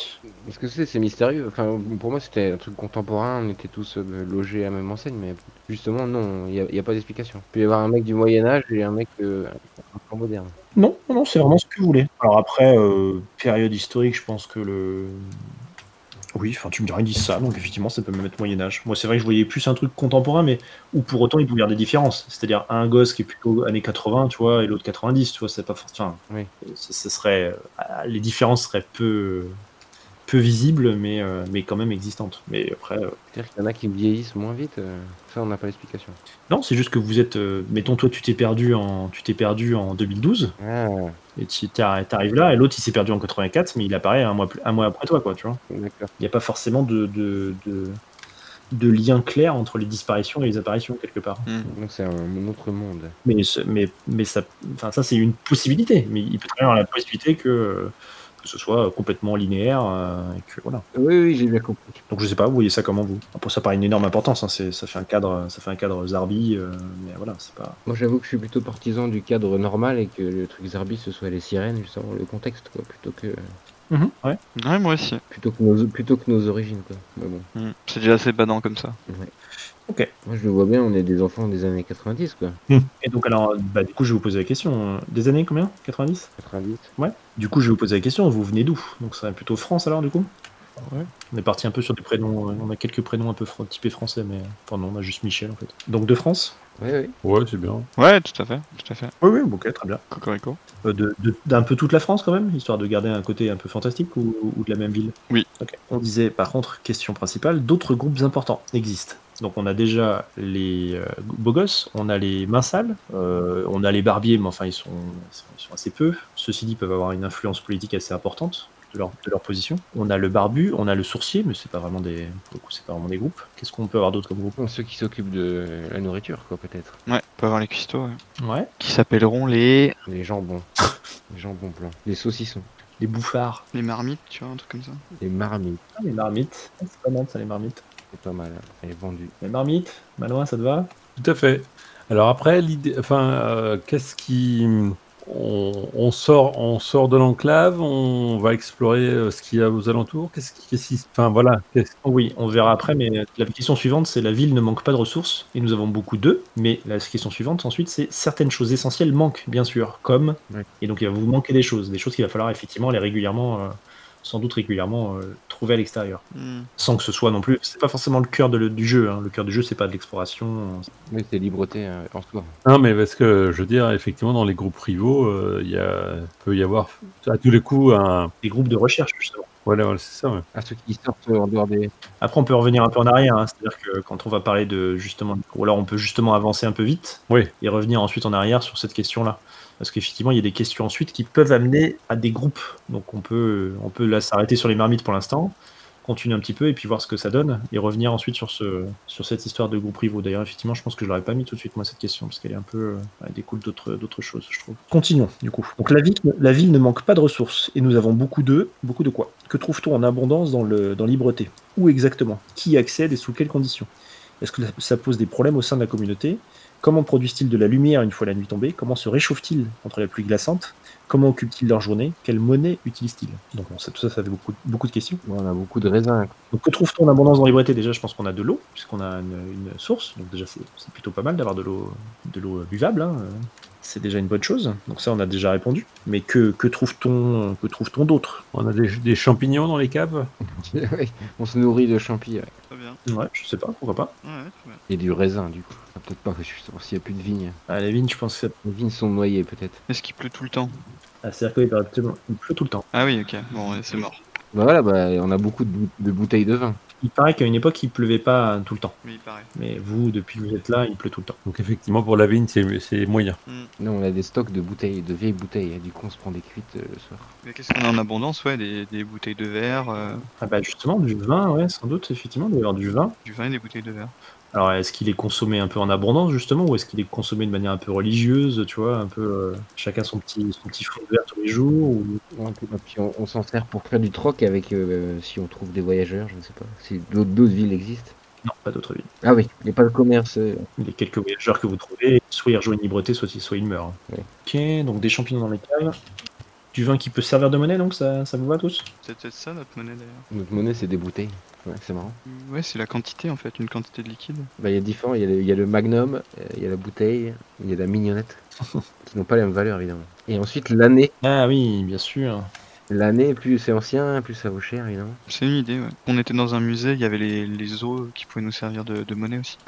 Speaker 5: Parce que c'est, c'est mystérieux. Enfin, pour moi, c'était un truc contemporain. On était tous euh, logés à la même enseigne, mais justement, non, il n'y a, y a pas d'explication. Il peut y avoir un mec du Moyen-Âge et un mec euh, un peu moderne.
Speaker 4: Non, non, non, c'est vraiment ce que vous voulez. Alors après, euh, période historique, je pense que le... Oui, enfin, tu me diras, ils disent ça, donc effectivement, ça peut me mettre Moyen-Âge. Moi, c'est vrai que je voyais plus un truc contemporain, mais où pour autant, il peut y avoir des différences. C'est-à-dire, un gosse qui est plutôt années 80, tu vois, et l'autre 90, tu vois, c'est pas forcément.
Speaker 5: Oui.
Speaker 4: Ce ce serait. euh, Les différences seraient peu. peu visibles, mais, euh, mais quand même existantes. Mais après. euh,
Speaker 5: C'est-à-dire qu'il y en a qui vieillissent moins vite. euh, ça, on n'a pas l'explication.
Speaker 4: Non, c'est juste que vous êtes. euh, Mettons, toi, tu t'es perdu en, tu t'es perdu en 2012.
Speaker 5: Ah,
Speaker 4: Et tu t'ar- t'arrives là, et l'autre il s'est perdu en 84, mais il apparaît un mois, plus- un mois après toi, quoi, tu vois.
Speaker 5: d'accord.
Speaker 4: Il n'y a pas forcément de, de, de, de lien clair entre les disparitions et les apparitions, quelque part.
Speaker 5: Donc, c'est un autre monde.
Speaker 4: Mais, ce- mais, mais ça, enfin, ça c'est une possibilité, mais il peut très bien y avoir la possibilité que, euh, que que ce soit complètement linéaire. euh, et que, voilà.
Speaker 5: Oui, oui, j'ai bien compris.
Speaker 4: Donc je sais pas, vous voyez ça comment vous Pour ça, par une énorme importance. hein, c'est- ça fait un cadre, ça fait un cadre zarbi, euh, mais voilà, c'est pas.
Speaker 5: Moi, j'avoue que je suis plutôt partisan du cadre normal et que le truc Zarbi, ce soit les sirènes, justement, le contexte, quoi, plutôt que,
Speaker 4: Ouais.
Speaker 6: Ouais, moi aussi.
Speaker 5: plutôt que, nos, plutôt que nos origines, quoi. Mais bon,
Speaker 6: Mm. C'est déjà assez badant comme ça.
Speaker 5: moi, je le vois bien, on est des enfants des années 90, quoi.
Speaker 4: Et donc alors, bah, du coup, je vais vous poser la question. euh, Des années combien 90
Speaker 5: 90.
Speaker 4: Du coup, je vais vous poser la question. Vous venez d'où Donc ça va être plutôt France alors, du coup On est parti un peu sur des prénoms. euh, On a quelques prénoms un peu fr- typés français, mais euh, enfin non, on a juste Michel en fait. Donc de France
Speaker 5: Oui, oui.
Speaker 7: Ouais, c'est bien.
Speaker 6: Ouais, tout à fait, tout à fait.
Speaker 4: Oui, oui, ok, très bien.
Speaker 6: Cocorico.
Speaker 4: Euh, de- de- D'un peu toute la France quand même, histoire de garder un côté un peu fantastique ou, ou de la même ville
Speaker 6: Oui.
Speaker 4: Ok. On disait par contre, question principale, d'autres groupes importants existent. Donc on a déjà les euh, beaux gosses, on a les mains sales, euh, on a les barbiers, mais enfin ils sont, ils sont- ils sont assez peu. Ceux-ci dit peuvent avoir une influence politique assez importante. De leur, de leur position. On a le barbu, on a le sourcier, mais c'est pas vraiment des, pour le coup, c'est pas vraiment des groupes. Qu'est-ce qu'on peut avoir d'autre comme groupe
Speaker 5: Bon, ceux qui s'occupent de la nourriture, quoi, peut-être.
Speaker 6: Ouais, on peut avoir les cuistots, ouais.
Speaker 4: Ouais.
Speaker 6: Qui s'appelleront les...
Speaker 5: Les [laughs] jambons. les jambons blancs. Les saucissons.
Speaker 4: Les bouffards.
Speaker 6: Les marmites, tu vois, un truc comme ça.
Speaker 5: Les marmites.
Speaker 4: Ah, les marmites. Ah, C'est pas mal ça, les marmites.
Speaker 5: C'est pas mal. hein. Elle est vendue.
Speaker 4: Les marmites, Malouin, ça te va
Speaker 7: Tout à fait. Alors après, l'idée, enfin, euh, qu'est-ce qui, on, on sort, on sort de l'enclave, on va explorer euh, ce qu'il y a aux alentours. Qu'est-ce qui, qu'est-ce qui- enfin voilà, qu'est-ce-
Speaker 4: Oui, on verra après, mais la question suivante, c'est la ville ne manque pas de ressources, et nous avons beaucoup d'eux, mais la question suivante ensuite, c'est certaines choses essentielles manquent, bien sûr, comme,
Speaker 5: Ouais.
Speaker 4: et donc il va vous manquer des choses, des choses qu'il va falloir effectivement aller régulièrement, euh, sans doute régulièrement, euh, trouver à l'extérieur,
Speaker 6: Mm.
Speaker 4: sans que ce soit non plus, c'est pas forcément le cœur de le- du jeu, hein. le cœur du jeu c'est pas de l'exploration,
Speaker 5: Oui, c'est libreté euh, en soi.
Speaker 7: Non, mais parce que je veux dire, effectivement, dans les groupes rivaux, euh, il y a, peut y avoir à tous les coups un,
Speaker 4: des groupes de recherche justement.
Speaker 7: voilà, voilà, c'est ça. ouais.
Speaker 5: Ah, ceux qui sortent en dehors des.
Speaker 4: Après, on peut revenir un peu en arrière, hein. c'est-à-dire que quand on va parler de justement, ou alors on peut justement avancer un peu vite
Speaker 7: Oui.
Speaker 4: et revenir ensuite en arrière sur cette question-là, parce qu'effectivement, il y a des questions ensuite qui peuvent amener à des groupes. Donc, on peut, on peut là s'arrêter sur les marmites pour l'instant, continuer un petit peu et puis voir ce que ça donne et revenir ensuite sur ce, sur cette histoire de groupe rivaux. D'ailleurs, effectivement, je pense que je l'aurais pas mis tout de suite moi cette question parce qu'elle est un peu, euh, elle découle d'autres, d'autres choses, je trouve. Continuons du coup. Donc la ville, la ville ne manque pas de ressources et nous avons beaucoup d'eux, beaucoup de quoi. Que trouve-t-on en abondance dans le, dans Libreté où exactement Qui accède et sous quelles conditions Est-ce que ça pose des problèmes au sein de la communauté Comment produisent-ils de la lumière une fois la nuit tombée Comment se réchauffent-ils entre la pluie glaçante Comment occupent-ils leur journée Quelle monnaie utilisent-ils Donc bon, ça, tout ça, ça fait beaucoup, beaucoup de questions.
Speaker 5: Bon, on a beaucoup de raisins. hein,
Speaker 4: Donc que trouve-t-on en abondance dans les Bretés Déjà, je pense qu'on a de l'eau, puisqu'on a une, une source. Donc déjà, c'est c'est plutôt pas mal d'avoir de l'eau de l'eau euh, buvable. hein, euh. C'est déjà une bonne chose. Donc ça, on a déjà répondu. Mais que, que trouve-t-on que trouve-t-on d'autre
Speaker 7: On a des, des champignons dans les caves.
Speaker 5: [laughs] Oui, on se nourrit de champi. ouais.
Speaker 6: Très bien.
Speaker 4: Ouais, je sais pas, pourquoi pas.
Speaker 6: Ouais, très bien.
Speaker 5: Et du raisin, du coup. Ah, peut-être pas, je suis sûr, s'il n'y a plus de vignes.
Speaker 4: À la vigne, je pense que c'est...
Speaker 5: Les vignes sont noyées, peut-être.
Speaker 6: Est-ce qu'il pleut tout le temps
Speaker 4: Ah, c'est-à-dire qu'il pleut absolument- il pleut tout le temps.
Speaker 6: Ah oui, ok. Bon, ouais, c'est mort.
Speaker 5: Bah voilà, bah, on a beaucoup de, bou- de bouteilles de vin.
Speaker 4: Il paraît qu'à une époque, il pleuvait pas tout le temps.
Speaker 6: Mais il paraît.
Speaker 4: Mais vous, depuis que vous êtes là, il pleut tout le temps.
Speaker 7: Donc effectivement, pour la vigne, c'est, c'est moyen.
Speaker 5: Nous, on a des stocks de bouteilles, de vieilles bouteilles. hein, Du coup, on se prend des cuites euh, le soir.
Speaker 6: Mais qu'est-ce qu'on a en abondance Ouais, des, des bouteilles de verre, euh,
Speaker 4: Ah bah justement, du vin, ouais, sans doute, effectivement, d'ailleurs, du vin.
Speaker 6: du vin et des bouteilles de verre.
Speaker 4: Alors, est-ce qu'il est consommé un peu en abondance, justement, ou est-ce qu'il est consommé de manière un peu religieuse, tu vois, un peu euh, chacun son petit, son petit fond de verre tous les jours ou...
Speaker 5: Ouais, puis- et puis on, on s'en sert pour faire du troc avec euh, si on trouve des voyageurs, je ne sais pas. Si d'autres d'autres villes existent.
Speaker 4: Non, pas d'autre vie.
Speaker 5: Ah oui, mais pas de commerce. euh,
Speaker 4: Les quelques voyageurs que vous trouvez, soit ils rejoignent Libreté, soit, ils- soit ils meurent.
Speaker 5: Ouais.
Speaker 4: Ok, donc des champignons dans les caves. Du vin qui peut servir de monnaie, donc ça, ça vous va tous
Speaker 6: C'est peut-être ça notre monnaie d'ailleurs.
Speaker 5: Notre monnaie, c'est des bouteilles. Ouais, c'est marrant.
Speaker 6: Ouais, c'est la quantité en fait, une quantité de liquide.
Speaker 5: Bah, Il y a différents. Il y, a le- il y a le magnum, euh, il y a la bouteille, il y a la [laughs] mignonnette. qui n'ont pas la même valeur, évidemment. Et ensuite, l'année.
Speaker 4: Ah oui, bien sûr.
Speaker 5: L'année, plus c'est ancien, plus ça vaut cher, évidemment.
Speaker 6: C'est une idée, ouais. On était dans un musée, il y avait les, les os qui pouvaient nous servir de, de monnaie aussi.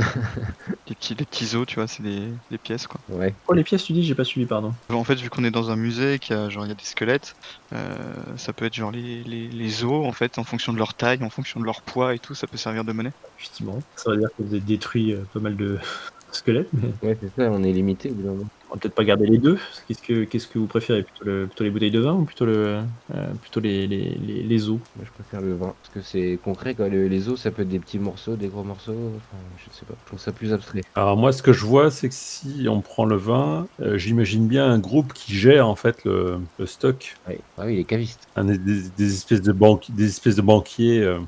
Speaker 6: les, petits, les petits os, tu vois, c'est des, des pièces quoi.
Speaker 5: Ouais.
Speaker 4: Oh, les pièces, tu dis, j'ai pas suivi, pardon.
Speaker 6: En fait, vu qu'on est dans un musée et qu'il y a, genre, il y a des squelettes, euh, ça peut être genre les, les, les os en fait, en fonction de leur taille, en fonction de leur poids et tout, ça peut servir de monnaie.
Speaker 4: Effectivement, ça veut dire que vous avez détruit euh, pas mal de [laughs] squelettes, mais
Speaker 5: Ouais, c'est ça, on est limité, évidemment.
Speaker 4: On va peut-être pas garder les deux. Qu'est-ce que, qu'est-ce que vous préférez plutôt, le- plutôt les bouteilles de vin ou plutôt, le, euh, plutôt les, les, les, les eaux
Speaker 5: Moi, je préfère le vin parce que c'est concret. Quoi. Le- les os, ça peut être des petits morceaux, des gros morceaux. Enfin, je sais pas. Je trouve ça plus abstrait.
Speaker 7: Alors moi, ce que je vois, c'est que si on prend le vin, euh, j'imagine bien un groupe qui gère en fait le, le stock,
Speaker 5: Ouais. Ah oui, les cavistes.
Speaker 7: Un des, des- des espèces de banqui- des espèces de banquiers. euh.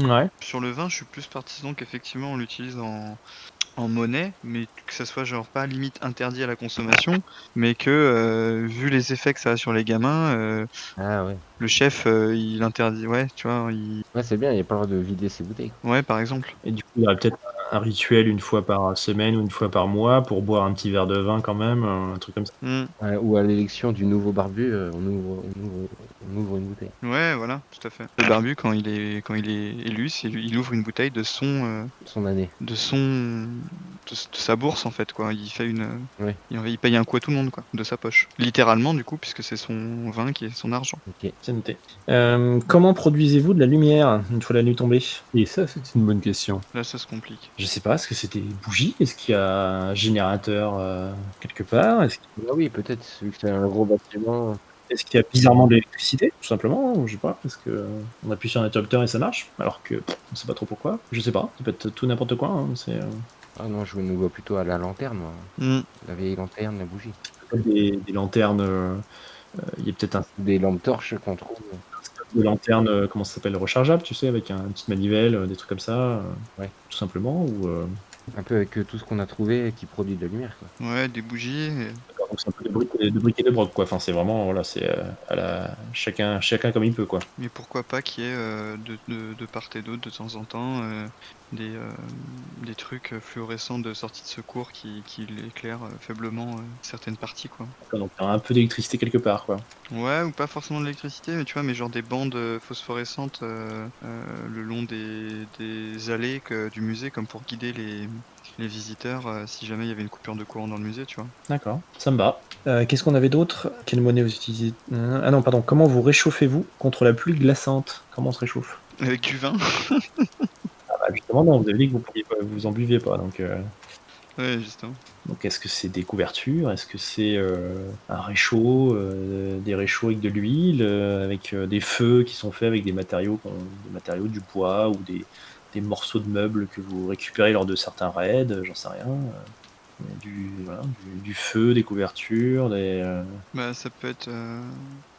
Speaker 4: Ouais.
Speaker 6: Sur le vin, je suis plus partisan qu'effectivement on l'utilise en, en monnaie, mais que ça soit genre pas limite interdit à la consommation, mais que euh, vu les effets que ça a sur les gamins, euh,
Speaker 5: Ah ouais.
Speaker 6: le chef euh, il interdit, ouais, tu vois, il...
Speaker 5: Ouais, c'est bien. Il n'y a pas le droit de vider ses bouteilles.
Speaker 6: ouais, par exemple.
Speaker 4: Et du coup, il y aurait peut-être un rituel une fois par semaine ou une fois par mois pour boire un petit verre de vin quand même, un truc comme ça.
Speaker 6: Hmm.
Speaker 5: Ouais, ou à l'élection du nouveau barbu, euh, on, ouvre, on, ouvre, on ouvre une bouteille.
Speaker 6: Ouais, voilà, tout à fait. Le barbu quand il est quand il est élu, c'est lui- il ouvre une bouteille de son euh,
Speaker 5: Son année.
Speaker 6: de son de, s- de sa bourse en fait quoi. Il fait une euh,
Speaker 5: Ouais.
Speaker 6: il, il paye un coup à tout le monde quoi, de sa poche. Littéralement du coup puisque c'est son vin qui est son argent.
Speaker 5: Ok.
Speaker 4: C'est noté. Euh, comment produisez-vous de la lumière une fois la nuit tombée
Speaker 7: Et ça, c'est une bonne question.
Speaker 6: Là ça se complique.
Speaker 4: Je sais pas, est-ce que c'était des bougies Est-ce qu'il y a un générateur euh, quelque part Est-ce qu'il
Speaker 5: Ah oui, peut-être. Vu que c'est un gros bâtiment.
Speaker 4: est-ce qu'il y a bizarrement de l'électricité, tout simplement hein, Je sais pas, parce que euh, on appuie sur un interrupteur et ça marche, alors que pff, on sait pas trop pourquoi. Je sais pas, ça peut être tout n'importe quoi. hein, c'est euh,
Speaker 5: Ah non, je nous vois plutôt à la lanterne, moi.
Speaker 6: Hmm.
Speaker 5: La vieille lanterne, la bougie.
Speaker 4: peut-être des, des lanternes. euh, euh, Il y a peut-être un
Speaker 5: Ou des lampes torches qu'on trouve.
Speaker 4: stock de lanternes, euh, comment ça s'appelle, rechargeable, tu sais, avec un, une petite manivelle, euh, des trucs comme ça, euh,
Speaker 5: Ouais.
Speaker 4: tout simplement. Ou, euh,
Speaker 5: Un peu avec euh, tout ce qu'on a trouvé qui produit de la lumière, quoi.
Speaker 6: Ouais, des bougies. et-
Speaker 4: d'accord, donc c'est un peu de briques et de, briques et de broc, quoi. Enfin, c'est vraiment, voilà, c'est euh, à la... chacun, chacun comme il peut, quoi.
Speaker 6: Mais pourquoi pas qu'il y ait euh, de, de- de part et d'autre de temps en temps euh, des, euh, des trucs fluorescents de sortie de secours qui, qui éclairent euh, faiblement euh, certaines parties quoi.
Speaker 4: Donc, t'as un peu d'électricité quelque part, quoi.
Speaker 6: Ouais, ou pas forcément de l'électricité, mais tu vois, mais genre des bandes euh, phosphorescentes euh, euh, le long des, des allées que, du musée, comme pour guider les, les visiteurs euh, si jamais il y avait une coupure de courant dans le musée, tu vois. [laughs]
Speaker 4: D'accord, ça me va. Euh, Qu'est-ce qu'on avait d'autre Quelle monnaie vous utilisez Euh, Ah non, pardon, comment vous réchauffez-vous contre la pluie glaçante Comment on se réchauffe
Speaker 6: Avec du vin [laughs]
Speaker 4: Ah bah justement, non, vous avez dit que vous, pourriez pas- vous en buviez pas, donc... euh,
Speaker 6: Ouais, justement.
Speaker 4: Donc est-ce que c'est des couvertures Est-ce que c'est euh, un réchaud euh, Des réchauds avec de l'huile euh, Avec euh, des feux qui sont faits avec des matériaux, qu'on- des matériaux du bois ou des, des morceaux de meubles que vous récupérez lors de certains raids euh, J'en sais rien. euh, du, voilà, du- du feu, des couvertures, des... euh,
Speaker 6: Bah, ça peut être. euh,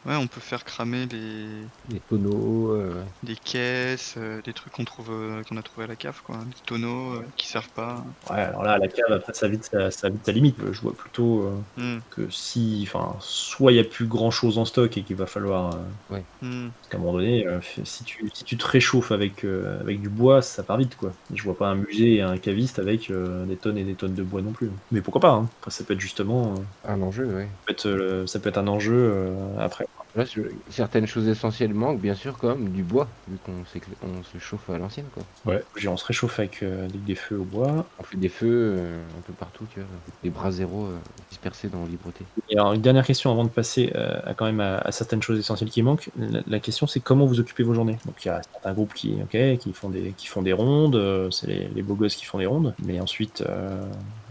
Speaker 6: Ouais, on peut faire cramer les,
Speaker 5: Des tonneaux. euh,
Speaker 6: des caisses, euh, des trucs qu'on trouve, euh, qu'on a trouvé à la cave, quoi. Des tonneaux euh, qui servent pas.
Speaker 4: Ouais, alors là, à la cave, après, ça vite, ça, ça vite sa limite. Je vois plutôt euh,
Speaker 6: Hmm,
Speaker 4: que si, enfin, soit il n'y a plus grand chose en stock et qu'il va falloir, euh,
Speaker 6: hmm.
Speaker 4: parce qu'à un moment donné, euh, si tu, si tu te réchauffes avec, euh, avec du bois, ça part vite, quoi. Je vois pas un musée et un caviste avec euh, des tonnes et des tonnes de bois non plus. Mais pourquoi pas, hein. Après, ça peut être justement, euh,
Speaker 5: un enjeu, ouais.
Speaker 4: ça, peut être, euh, ça peut être un enjeu euh, après.
Speaker 5: Là, je- certaines choses essentielles manquent, bien sûr, comme du bois, vu qu'on s'écla- on se chauffe à l'ancienne, quoi.
Speaker 4: J'ai- On se réchauffe avec, euh, avec des feux au bois.
Speaker 5: On fait des feux euh, un peu partout, tu vois. Des bras zéro euh, dispersés dans la libreté.
Speaker 4: Et alors, une dernière question avant de passer euh, à quand même à, à certaines choses essentielles qui manquent. La, la question, c'est comment vous occupez vos journées. Donc, il y a certains groupes qui, ok, qui font des, qui font des rondes. euh, c'est les, les beaux gosses qui font des rondes. Mais ensuite, euh,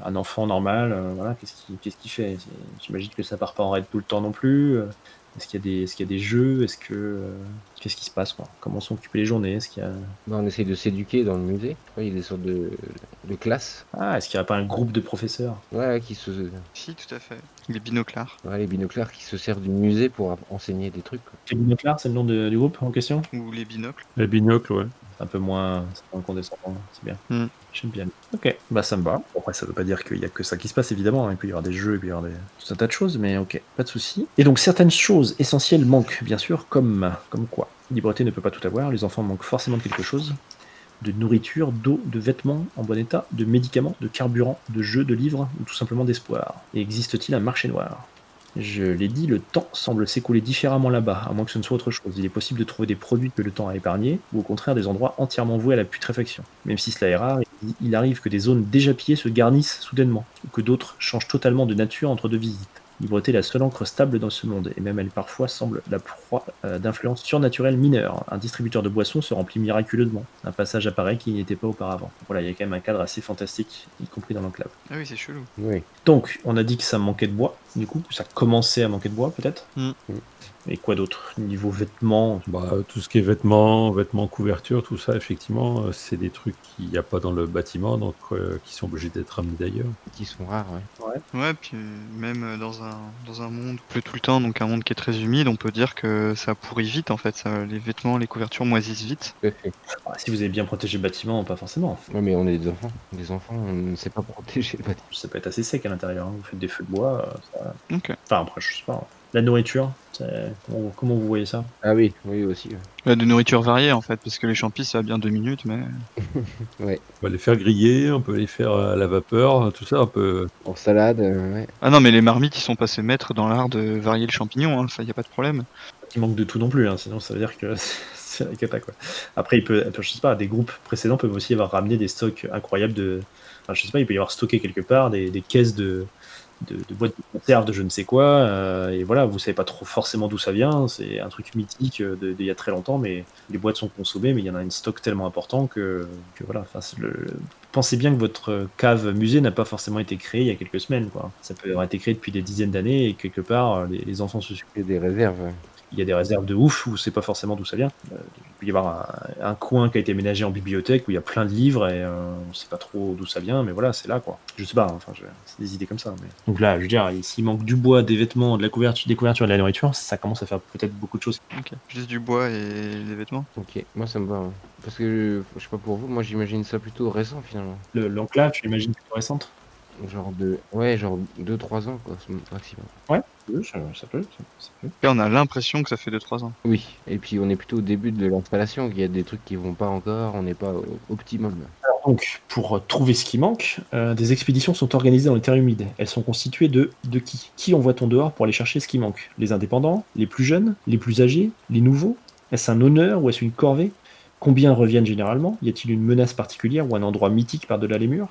Speaker 4: un enfant normal, euh, voilà, qu'est-ce qu'il, qu'est-ce qu'il fait C'est- J'imagine que ça part pas en raid tout le temps non plus. euh, Est-ce qu'il y a des, est-ce qu'il y a des jeux Est-ce que euh, qu'est-ce qui se passe quoi Comment sont occupées les journées Est-ce qu'il y a
Speaker 5: Là, Bah, on essaye de s'éduquer dans le musée. Tu vois, il y a des sortes de, de classes.
Speaker 4: ah, est-ce qu'il n'y a pas un groupe de professeurs
Speaker 5: Ouais, qui se.
Speaker 6: Si, tout à fait. Les binoclars.
Speaker 5: ouais, les binoclars qui se servent du musée pour app- enseigner des trucs. quoi.
Speaker 4: C'est le binoclard, c'est le nom de- du groupe en question
Speaker 6: Ou les binocles.
Speaker 7: Les binocles, ouais.
Speaker 4: un peu moins, c'est moins condescendant, c'est bien.
Speaker 6: Mm.
Speaker 4: J'aime bien. Ok, bah ça me va. Bon, après, ça veut pas dire qu'il y a que ça qui se passe, évidemment, hein, et puis il y aura des jeux, et puis il y aura des... tout un tas de choses, mais ok, pas de souci. Et donc, certaines choses essentielles manquent, bien sûr, comme, comme quoi Libreté ne peut pas tout avoir, les enfants manquent forcément de quelque chose de nourriture, d'eau, de vêtements en bon état, de médicaments, de carburant, de jeux, de livres, ou tout simplement d'espoir. Et existe-t-il un marché noir je l'ai dit, le temps semble s'écouler différemment là-bas, à moins que ce ne soit autre chose. Il est possible de trouver des produits que le temps a épargnés, ou au contraire des endroits entièrement voués à la putréfaction. Même si cela est rare, il- il arrive que des zones déjà pillées se garnissent soudainement, ou que d'autres changent totalement de nature entre deux visites. Libreté est la seule encre stable dans ce monde, et même elle parfois semble la proie euh, d'influences surnaturelles mineures. Un distributeur de boissons se remplit miraculeusement. Un passage apparaît qui n'y était pas auparavant. Voilà, il y a quand même un cadre assez fantastique, y compris dans l'enclave.
Speaker 6: Ah oui, c'est chelou.
Speaker 5: Oui.
Speaker 4: Donc, on a dit que ça manquait de bois, du coup, ça commençait à manquer de bois peut-être.
Speaker 6: Mm.
Speaker 4: Et quoi d'autre Niveau vêtements,
Speaker 7: Bah, euh, tout ce qui est vêtements, vêtements, couverture, tout ça, effectivement, euh, c'est des trucs qu'il n'y a pas dans le bâtiment, donc euh, qui sont obligés d'être ramenés d'ailleurs.
Speaker 5: Qui sont rares, ouais.
Speaker 6: Ouais, puis euh, même euh, dans un, dans un monde où pleut tout le temps, donc un monde qui est très humide, on peut dire que ça pourrit vite en fait. Ça, les vêtements, les couvertures moisissent vite.
Speaker 5: Tout à fait.
Speaker 4: ah, si vous avez bien protégé le bâtiment, pas forcément.
Speaker 5: Ouais, mais on est des enfants. Des enfants, on ne sait pas protéger [laughs] le bâtiment.
Speaker 4: Ça peut être assez sec à l'intérieur. hein. Vous faites des feux de bois. euh, ça-
Speaker 6: Ok.
Speaker 4: Enfin, après, je sais pas. hein. La nourriture, c'est- comment, comment vous voyez ça
Speaker 5: Ah oui, oui aussi. ouais.
Speaker 6: Ouais, Bah, de nourriture variée en fait, parce que les champis ça va bien deux minutes, mais euh.
Speaker 7: On peut les faire griller, on peut les faire euh, à la vapeur, tout ça, on peut...
Speaker 5: En salade, euh, ouais.
Speaker 6: ah non, mais les marmites ils sont passés maîtres dans l'art de varier le champignon, hein, ça y a pas de problème.
Speaker 4: Il manque de tout non plus, hein, sinon ça veut dire que [laughs] c'est la cata. Quoi. Après, il peut, je sais pas, des groupes précédents peuvent aussi avoir ramené des stocks incroyables de. Enfin, je sais pas, il peut y avoir stocké quelque part des, des caisses de, de, de boîtes de conserve, de je ne sais quoi. euh, et voilà, vous savez pas trop forcément d'où ça vient. C'est un truc mythique euh, de- d'il y a très longtemps, mais les boîtes sont consommées, mais il y en a un stock tellement important que, que voilà. Enfin, c'est le, pensez bien que votre cave musée n'a pas forcément été créée il y a quelques semaines. Quoi. Ça peut avoir été créé depuis des dizaines d'années et quelque part, euh, les, les enfants se
Speaker 5: Et des réserves. ouais.
Speaker 4: il y a des réserves de ouf où c'est pas forcément d'où ça vient. Euh, il peut y avoir un, un coin qui a été ménagé en bibliothèque où il y a plein de livres et euh, on sait pas trop d'où ça vient, mais voilà, c'est là quoi. Je sais pas, hein, enfin, je- c'est des idées comme ça. mais- Donc là, je veux dire, s'il manque du bois, des vêtements, de la couverture, des couvertures et de la nourriture, ça commence à faire peut-être beaucoup de choses.
Speaker 6: Ok. Juste du bois et des vêtements.
Speaker 5: Ok, moi ça me va. ouais. Parce que je sais pas pour vous, moi j'imagine ça plutôt récent finalement.
Speaker 4: Le- L'enclave, je l'imagine, plutôt récente.
Speaker 5: Genre de. Ouais, genre 2-3 ans quoi, c'est maximum.
Speaker 4: Oui, ça, ça peut, ça- ça peut.
Speaker 6: Et on a l'impression que ça fait 2-3 ans.
Speaker 5: Oui, et puis on est plutôt au début de l'installation, il y a des trucs qui vont pas encore, on n'est pas au optimum.
Speaker 4: Donc, pour euh, trouver ce qui manque, euh, des expéditions sont organisées dans les terres humides. Elles sont constituées de, de qui Qui envoie-t-on dehors pour aller chercher ce qui manque Les indépendants Les plus jeunes Les plus âgés Les nouveaux Est-ce un honneur ou est-ce une corvée Combien reviennent généralement Y a-t-il une menace particulière ou un endroit mythique par-delà les murs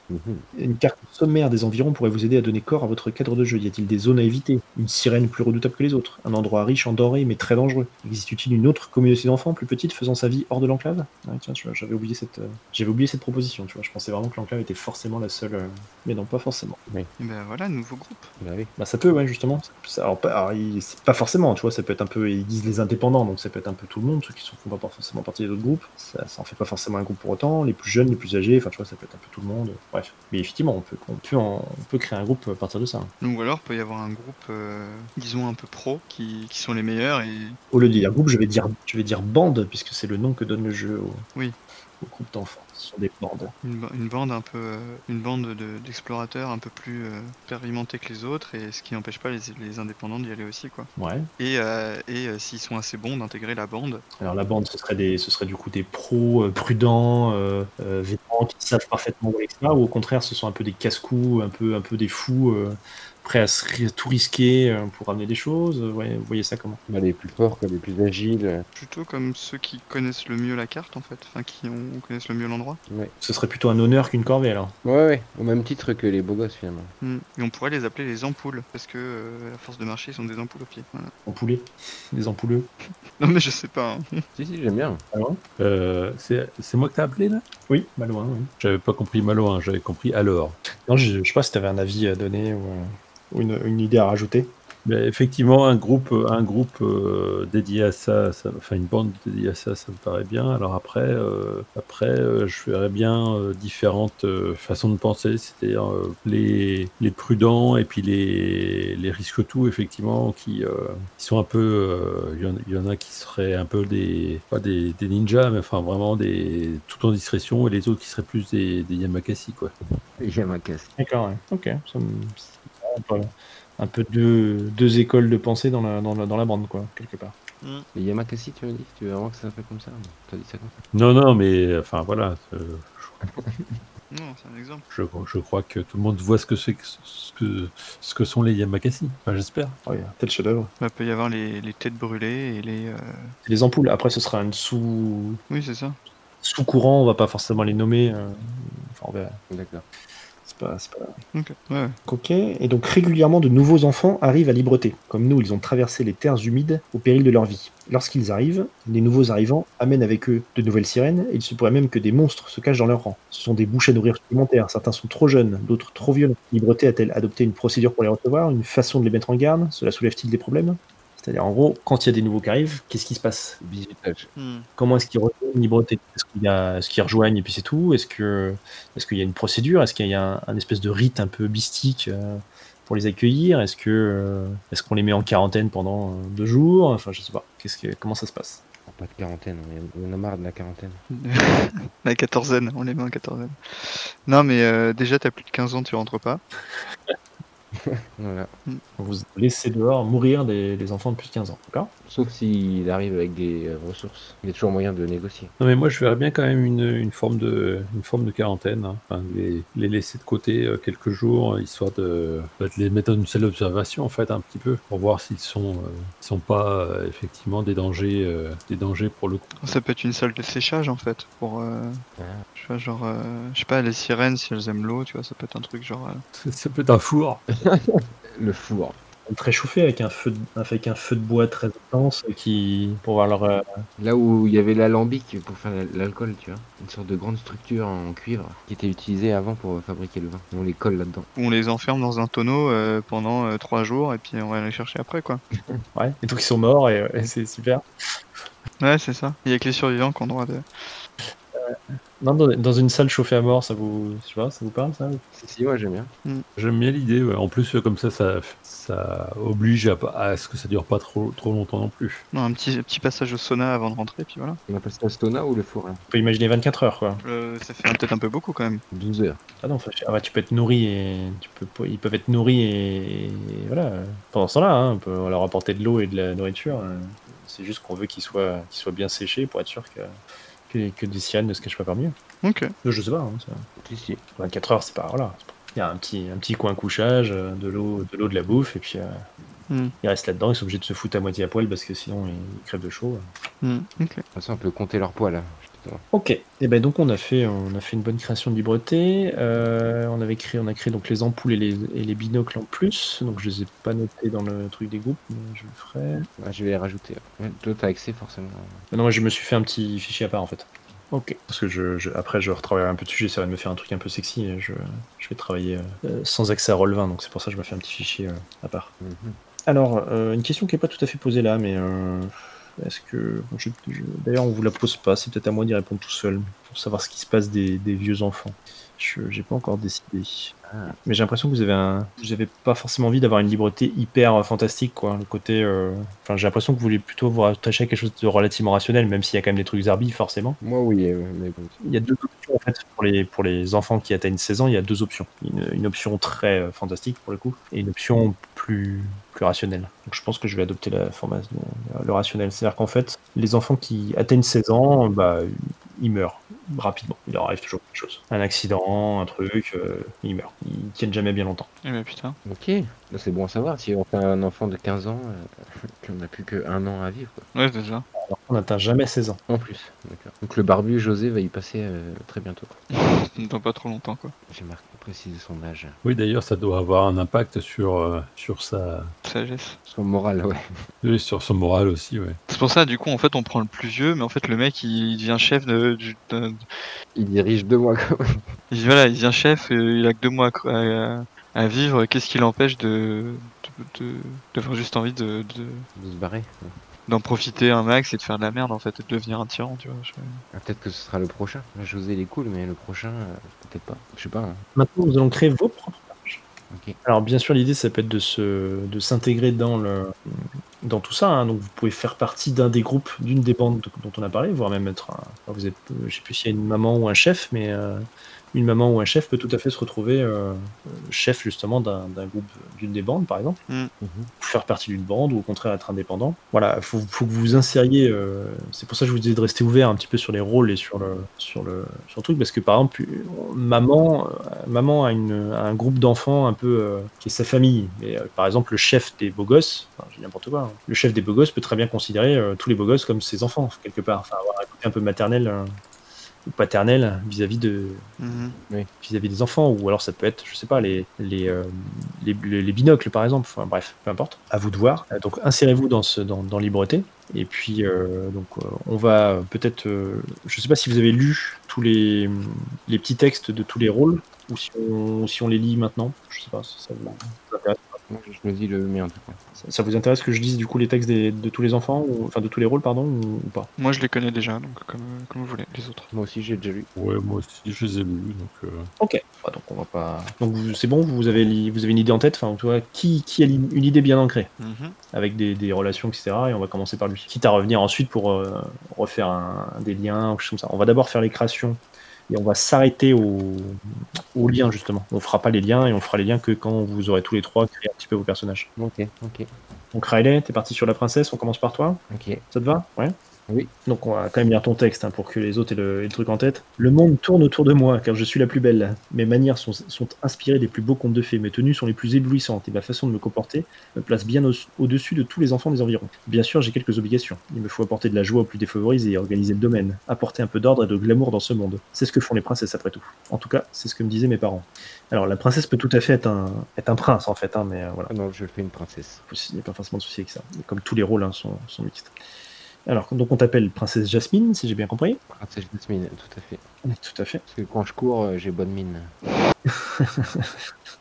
Speaker 4: Une carte sommaire des environs pourrait vous aider à donner corps à votre cadre de jeu. Y a-t-il des zones à éviter Une sirène plus redoutable que les autres Un endroit riche en denrées mais très dangereux Existe-t-il une autre communauté d'enfants plus petite faisant sa vie hors de l'enclave Ah, Tiens, tu vois, j'avais oublié cette, euh, j'avais oublié cette proposition. Tu vois, je pensais vraiment que l'enclave était forcément la seule, euh, mais non, pas forcément.
Speaker 6: Et ben voilà, nouveau groupe.
Speaker 5: Bah oui.
Speaker 4: Bah ça peut, ouais, justement. Ça- ça- alors, pas, alors, il- c'est pas forcément. Tu vois, ça peut être un peu. Ils disent les indépendants, donc ça peut être un peu tout le monde, ceux qui ne font pas forcément partie des autres groupes. Ça, ça en fait pas forcément un groupe pour autant. Les plus jeunes, les plus âgés. Enfin, tu vois, ça peut être un peu tout le monde. Bref. Mais effectivement, on peut, on peut, en- on peut créer un groupe à partir de ça. hein.
Speaker 6: Donc ou alors peut y avoir un groupe, euh, disons un peu pro, qui, qui sont les meilleurs et
Speaker 4: Au lieu de dire groupe, je vais dire, je vais dire bande, puisque c'est le nom que donne le jeu au,
Speaker 6: Oui.
Speaker 4: au groupe d'enfants. Ce sont des bandes.
Speaker 6: une, ba- une bande un peu, euh, une bande de- d'explorateurs un peu plus euh, expérimentés que les autres et ce qui n'empêche pas les, les indépendants d'y aller aussi quoi.
Speaker 4: Ouais.
Speaker 6: Et, euh, et euh, s'ils sont assez bons d'intégrer la bande.
Speaker 4: Alors la bande, ce serait, des, ce serait du coup des pros euh, prudents, euh, euh, vétérans qui savent parfaitement où aller, etc. Ou au contraire, ce sont un peu des casse-cou, un peu, un peu des fous, euh, prêts à, se ri- à tout risquer euh, pour ramener des choses. euh, ouais, vous voyez ça comment
Speaker 5: Bah, les plus forts, quoi, les plus agiles. euh.
Speaker 6: Plutôt comme ceux qui connaissent le mieux la carte en fait, enfin qui ont, connaissent le mieux l'endroit.
Speaker 4: Ce serait plutôt un honneur qu'une corvée alors.
Speaker 5: Ouais, ouais, au même titre que les beaux gosses finalement.
Speaker 6: Hmm. Et on pourrait les appeler les ampoules parce que euh, à force de marcher ils sont des ampoules aux pieds. Voilà. [laughs]
Speaker 4: En poulet, [laughs] des ampouleux.
Speaker 6: Non mais je sais pas. hein.
Speaker 5: Si, si, j'aime bien.
Speaker 7: Euh, c'est c'est moi que t'as appelé là
Speaker 4: Oui, bah loin, oui.
Speaker 7: J'avais pas compris Malo, hein, j'avais compris alors.
Speaker 4: Non, je, je sais pas si t'avais un avis à donner ou, euh, ou une, une idée à rajouter.
Speaker 7: Mais Ben, effectivement, un groupe, un groupe euh, dédié à ça, ça- enfin une bande dédiée à ça, ça me paraît bien. Alors après, euh, après, euh, je verrais bien euh, différentes euh, façons de penser, c'est-à-dire euh, les, les prudents et puis les, les risques tout, effectivement, qui, euh, qui sont un peu, euh, il y en- il y, en a qui seraient un peu des, pas des, des ninjas, mais enfin vraiment des tout en discrétion, et les autres qui seraient plus des, des Yamakasi, quoi.
Speaker 5: J'aime un casque.
Speaker 4: D'accord, ouais. ok. Ça me- ça me parle. Un peu deux, deux écoles de pensée dans la, dans, la, dans la bande, quoi, quelque part.
Speaker 5: Les Yamakasi, tu me dis Tu veux vraiment que ça s'appelle comme ça T'as dit ça comme ça
Speaker 7: Non, non, mais enfin voilà. euh,
Speaker 6: Non c'est un exemple.
Speaker 7: Je, je crois que tout le monde voit ce que c'est que ce que, ce que sont les Yamakasi. Enfin, j'espère.
Speaker 4: Ouais, tel chef-d'œuvre.
Speaker 6: Bah peut y avoir les, les têtes brûlées et les. euh,
Speaker 4: C'est les ampoules. Après, ce sera une sous
Speaker 6: Oui c'est ça.
Speaker 4: sous courant. On va pas forcément les nommer. euh, Enfin, on verra.
Speaker 5: D'accord.
Speaker 4: C'est pas, c'est pas-
Speaker 6: Ok. Ouais, ouais.
Speaker 4: Ok, et donc régulièrement de nouveaux enfants arrivent à Libreté. Comme nous, ils ont traversé les terres humides au péril de leur vie. Lorsqu'ils arrivent, les nouveaux arrivants amènent avec eux de nouvelles sirènes, et il se pourrait même que des monstres se cachent dans leur rang. Ce sont des bouches à nourrir supplémentaires, certains sont trop jeunes, d'autres trop violents. Libreté a-t-elle adopté une procédure pour les recevoir, une façon de les mettre en garde Cela soulève-t-il des problèmes c'est-à-dire, en gros, quand il y a des nouveaux qui arrivent, qu'est-ce qui se passe
Speaker 5: Bisutage.
Speaker 6: Hmm.
Speaker 4: Comment est-ce qu'ils rejoignent Libreté Est-ce qu'il y a- est-ce qu'ils rejoignent et puis c'est tout Est-ce que est-ce qu'il y a une procédure Est-ce qu'il y a un, un espèce de rite un peu mystique euh, pour les accueillir Est-ce que euh, est-ce qu'on les met en quarantaine pendant euh, deux jours Enfin, je sais pas. Qu'est-ce que comment ça se passe
Speaker 5: Oh, Pas de quarantaine, on est- on a marre de la quarantaine.
Speaker 6: [laughs] La quatorzaine, on les met en quatorzaine. Non, mais euh, déjà, t'as plus de 15 ans, tu rentres pas.
Speaker 5: Voilà.
Speaker 4: Vous laissez dehors mourir des, des enfants de plus de 15 ans, d'accord
Speaker 5: Sauf s'il arrive avec des euh, ressources. Il y a toujours moyen de négocier.
Speaker 7: Non mais moi je verrais bien quand même une, une forme de une forme de quarantaine, hein. Enfin, les, les laisser de côté euh, quelques jours euh, histoire de, bah, de les mettre dans une salle d'observation en fait un petit peu pour voir s'ils sont euh, ils sont pas euh, effectivement des dangers euh, des dangers pour le coup. [laughs]
Speaker 6: Ça peut être une salle de séchage en fait pour euh,
Speaker 5: Ah.
Speaker 6: je sais pas genre euh, je sais pas les sirènes si elles aiment l'eau tu vois ça peut être un truc genre euh,
Speaker 7: Ça peut être un four.
Speaker 5: Le four.
Speaker 4: Très chauffé avec un feu de, avec un feu de bois très intense euh, qui pour voir leur euh,
Speaker 5: Là où il y avait l'alambic pour faire l'al- l'alcool, tu vois. Une sorte de grande structure en cuivre qui était utilisée avant pour fabriquer le vin. On les colle là-dedans.
Speaker 6: on les enferme dans un tonneau euh, pendant euh, trois jours et puis on va les chercher après quoi
Speaker 4: ouais. Et donc ils sont morts et, euh, et [laughs] c'est super.
Speaker 6: ouais c'est ça il y a que les survivants qui ont droit de
Speaker 4: Non, dans, dans une salle chauffée à mort, ça vous je sais pas, ça vous parle ça
Speaker 5: Si, si, moi j'aime bien.
Speaker 7: J'aime bien l'idée. ouais. En plus euh, comme ça ça ça oblige à, pas- à ce que ça dure pas trop trop longtemps non plus.
Speaker 6: non, un petit petit passage au sauna avant de rentrer puis voilà
Speaker 5: On appelle ça stona ou le four hein. là
Speaker 4: On peut imaginer 24 heures quoi.
Speaker 6: Euh, ça fait peut-être un peu beaucoup quand même
Speaker 5: 12 heures.
Speaker 4: Ah non, enfin, je- ah bah, tu peux être nourri et tu peux, pas- ils peuvent être nourris et, et voilà. euh, Pendant ce temps-là, hein, on peut leur apporter de l'eau et de la nourriture. euh, C'est juste qu'on veut qu'ils soient, qu'ils soient bien séchés pour être sûr que que, les- que des sirènes ne se cachent pas parmi eux.
Speaker 6: ok
Speaker 4: Euh, Je sais pas. hein, ça-
Speaker 5: Si, si.
Speaker 4: 24 heures, c'est pas voilà. c'est pas- Il y a un petit, un petit coin couchage, euh, de l'eau, de l'eau, de la bouffe et puis euh,
Speaker 6: Hmm.
Speaker 4: ils restent là-dedans. Ils sont obligés de se foutre à moitié à poil parce que sinon ils crèvent de chaud.
Speaker 6: Hmm, ok
Speaker 5: De toute façon, on peut compter hein. leur poids là. Putain.
Speaker 4: Ok, et ben donc on a fait on a fait une bonne création de libreté. Euh, on avait créé on a créé donc les ampoules et les, et les binocles en plus. Donc je les ai pas notés dans le truc des groupes, mais je le ferai.
Speaker 5: Ah, je vais les rajouter. Ouais, Toi, t'as accès forcément.
Speaker 4: Maintenant moi je me suis fait un petit fichier à part en fait. Ok. Parce que je, je- après je retravaillerai un peu de sujet, ça va me faire un truc un peu sexy. et Je, je vais travailler euh, euh, sans accès à Roll20, donc c'est pour ça que je me fais un petit fichier euh, à part.
Speaker 5: Mhm.
Speaker 4: Alors, euh, une question qui n'est pas tout à fait posée là, mais euh, est-ce que. je- je- D'ailleurs, on vous la pose pas, c'est peut-être à moi d'y répondre tout seul, pour savoir ce qui se passe des, des vieux enfants. Je n'ai pas encore décidé.
Speaker 5: Ah.
Speaker 4: Mais j'ai l'impression que vous avez, un... vous avez pas forcément envie d'avoir une liberté hyper euh, fantastique, quoi. Le côté. euh, Enfin, j'ai l'impression que vous voulez plutôt vous rattacher à quelque chose de relativement rationnel, même s'il y a quand même des trucs zarbi, forcément.
Speaker 5: Moi, oui, euh, mais bon.
Speaker 4: Il y a deux options en fait pour les, pour les enfants qui atteignent 16 ans. Il y a deux options. Une, une option très euh, fantastique pour le coup et une option plus, plus rationnelle. Donc je pense que je vais adopter la formation, euh, le rationnel. C'est-à-dire qu'en fait, les enfants qui atteignent 16 ans, bah, ils meurent rapidement. Il leur arrive toujours quelque chose. Un accident, un truc, euh, ils meurent. Ils tiennent jamais bien longtemps.
Speaker 6: eh ben putain
Speaker 5: Ok. Là, C'est bon à savoir. Si on fait un enfant de 15 ans, euh, [laughs] qu'on n'a plus qu'un an à vivre. Quoi.
Speaker 6: ouais c'est ça
Speaker 4: Alors qu'on n'atteint jamais 16 ans.
Speaker 5: En plus. D'accord. Donc le barbu José va y passer euh, très bientôt.
Speaker 6: dans pas trop longtemps quoi
Speaker 5: J'ai marqué préciser son âge.
Speaker 7: Oui d'ailleurs ça doit avoir un impact sur euh, sur sa
Speaker 6: sagesse
Speaker 5: Son moral, ouais.
Speaker 7: oui, sur son moral aussi ouais.
Speaker 6: c'est pour ça du coup en fait on prend le plus vieux mais en fait le mec il devient chef de, du- de-
Speaker 5: Il dirige deux mois quand même.
Speaker 6: Il, voilà, il devient chef, euh, il a que deux mois à cr- à, à vivre. Qu'est-ce qui l'empêche de de- de- d'avoir juste envie de de-
Speaker 5: De se barrer.
Speaker 6: d'en profiter un max et de faire de la merde en fait, et de devenir un tyran, tu vois. je-
Speaker 5: Ah, peut-être que ce sera le prochain. Là, José, il est cool, mais le prochain, euh, peut-être pas. Je sais pas. hein.
Speaker 4: Maintenant, nous allons créer vos propres personnages.
Speaker 5: Ok.
Speaker 4: Alors, bien sûr, l'idée, ça peut être de se, de s'intégrer dans le, dans tout ça. hein. Donc, vous pouvez faire partie d'un des groupes, d'une des bandes dont on a parlé, voire même être un, alors, vous êtes, euh, je sais plus s'il y a une maman ou un chef, mais euh, une maman ou un chef peut tout à fait se retrouver euh, euh, chef, justement, d'un, d'un groupe, d'une des bandes, par exemple faire partie d'une bande ou au contraire être indépendant. Voilà, il faut, faut que vous vous insériez. euh, c'est pour ça que je vous disais de rester ouvert un petit peu sur les rôles et sur le, sur le, sur le truc, parce que par exemple, euh, maman, euh, maman a, une, a un groupe d'enfants un peu euh, qui est sa famille. Et, euh, par exemple, le chef des beaux gosses, enfin, je dis n'importe quoi, hein, le chef des beaux gosses peut très bien considérer euh, tous les beaux gosses comme ses enfants, quelque part. Enfin, avoir un côté un peu maternel. euh, ou paternelle vis-à-vis de,
Speaker 6: Mhm.
Speaker 4: vis-à-vis des enfants, ou alors ça peut être, je sais pas, les, les, euh, les, les- les binocles par exemple, enfin bref, peu importe, à vous de voir. Euh, Donc insérez-vous dans, ce, dans, dans Libreté, et puis euh, donc, euh, on va euh, peut-être, euh, je sais pas si vous avez lu tous les, les petits textes de tous les rôles, ou si on, si on les lit maintenant, je sais pas, ça, ça vous, ça vous intéresse.
Speaker 5: Moi, je choisis le mien, en tout cas.
Speaker 4: Ça- ça vous intéresse que je dise du coup les textes des- de tous les enfants, ou, enfin de tous les rôles, pardon, ou, ou pas
Speaker 6: Moi, je les connais déjà, donc comme, comme vous voulez, les autres.
Speaker 5: Moi aussi, j'ai déjà lu.
Speaker 7: Ouais, moi aussi, je les ai lus. Donc, euh,
Speaker 4: Ok, Ah, donc on va pas... Donc vous- c'est bon, vous avez, li- vous avez une idée en tête, enfin en tout cas, qui, qui a li- une idée bien ancrée
Speaker 6: Mhm.
Speaker 4: avec des, des relations, etc. Et on va commencer par lui. Quitte à revenir ensuite pour euh, refaire un- des liens ou quelque chose comme ça. On va d'abord faire les créations et on va s'arrêter au, aux liens justement. On fera pas les liens et on fera les liens que quand vous aurez tous les trois créé un petit peu vos personnages.
Speaker 5: Ok, ok,
Speaker 4: Donc Riley, t'es parti sur la princesse, on commence par toi
Speaker 5: ok.
Speaker 4: ça te va Ouais.
Speaker 5: Oui.
Speaker 4: Donc on va quand même lire ton texte hein, pour que les autres aient le, aient le truc en tête. Le monde tourne autour de moi car je suis la plus belle. Mes manières sont, sont inspirées des plus beaux contes de fées. Mes tenues sont les plus éblouissantes et ma façon de me comporter me place bien au- au-dessus de tous les enfants des environs. Bien sûr, j'ai quelques obligations. Il me faut apporter de la joie aux plus défavorisés et organiser le domaine. Apporter un peu d'ordre et de glamour dans ce monde. C'est ce que font les princesses après tout. En tout cas, c'est ce que me disaient mes parents. Alors la princesse peut tout à fait être un, être un prince en fait, hein, mais euh, voilà
Speaker 5: Ah non, je fais une princesse.
Speaker 4: il n'y a pas forcément de souci avec ça. Et Comme tous les rôles hein, sont, sont mixtes. Alors, donc on t'appelle Princesse Jasmine, si j'ai bien compris.
Speaker 5: Princesse Jasmine, tout à fait.
Speaker 4: Oui, Tout à fait.
Speaker 5: Parce que quand je cours, euh, j'ai bonne mine.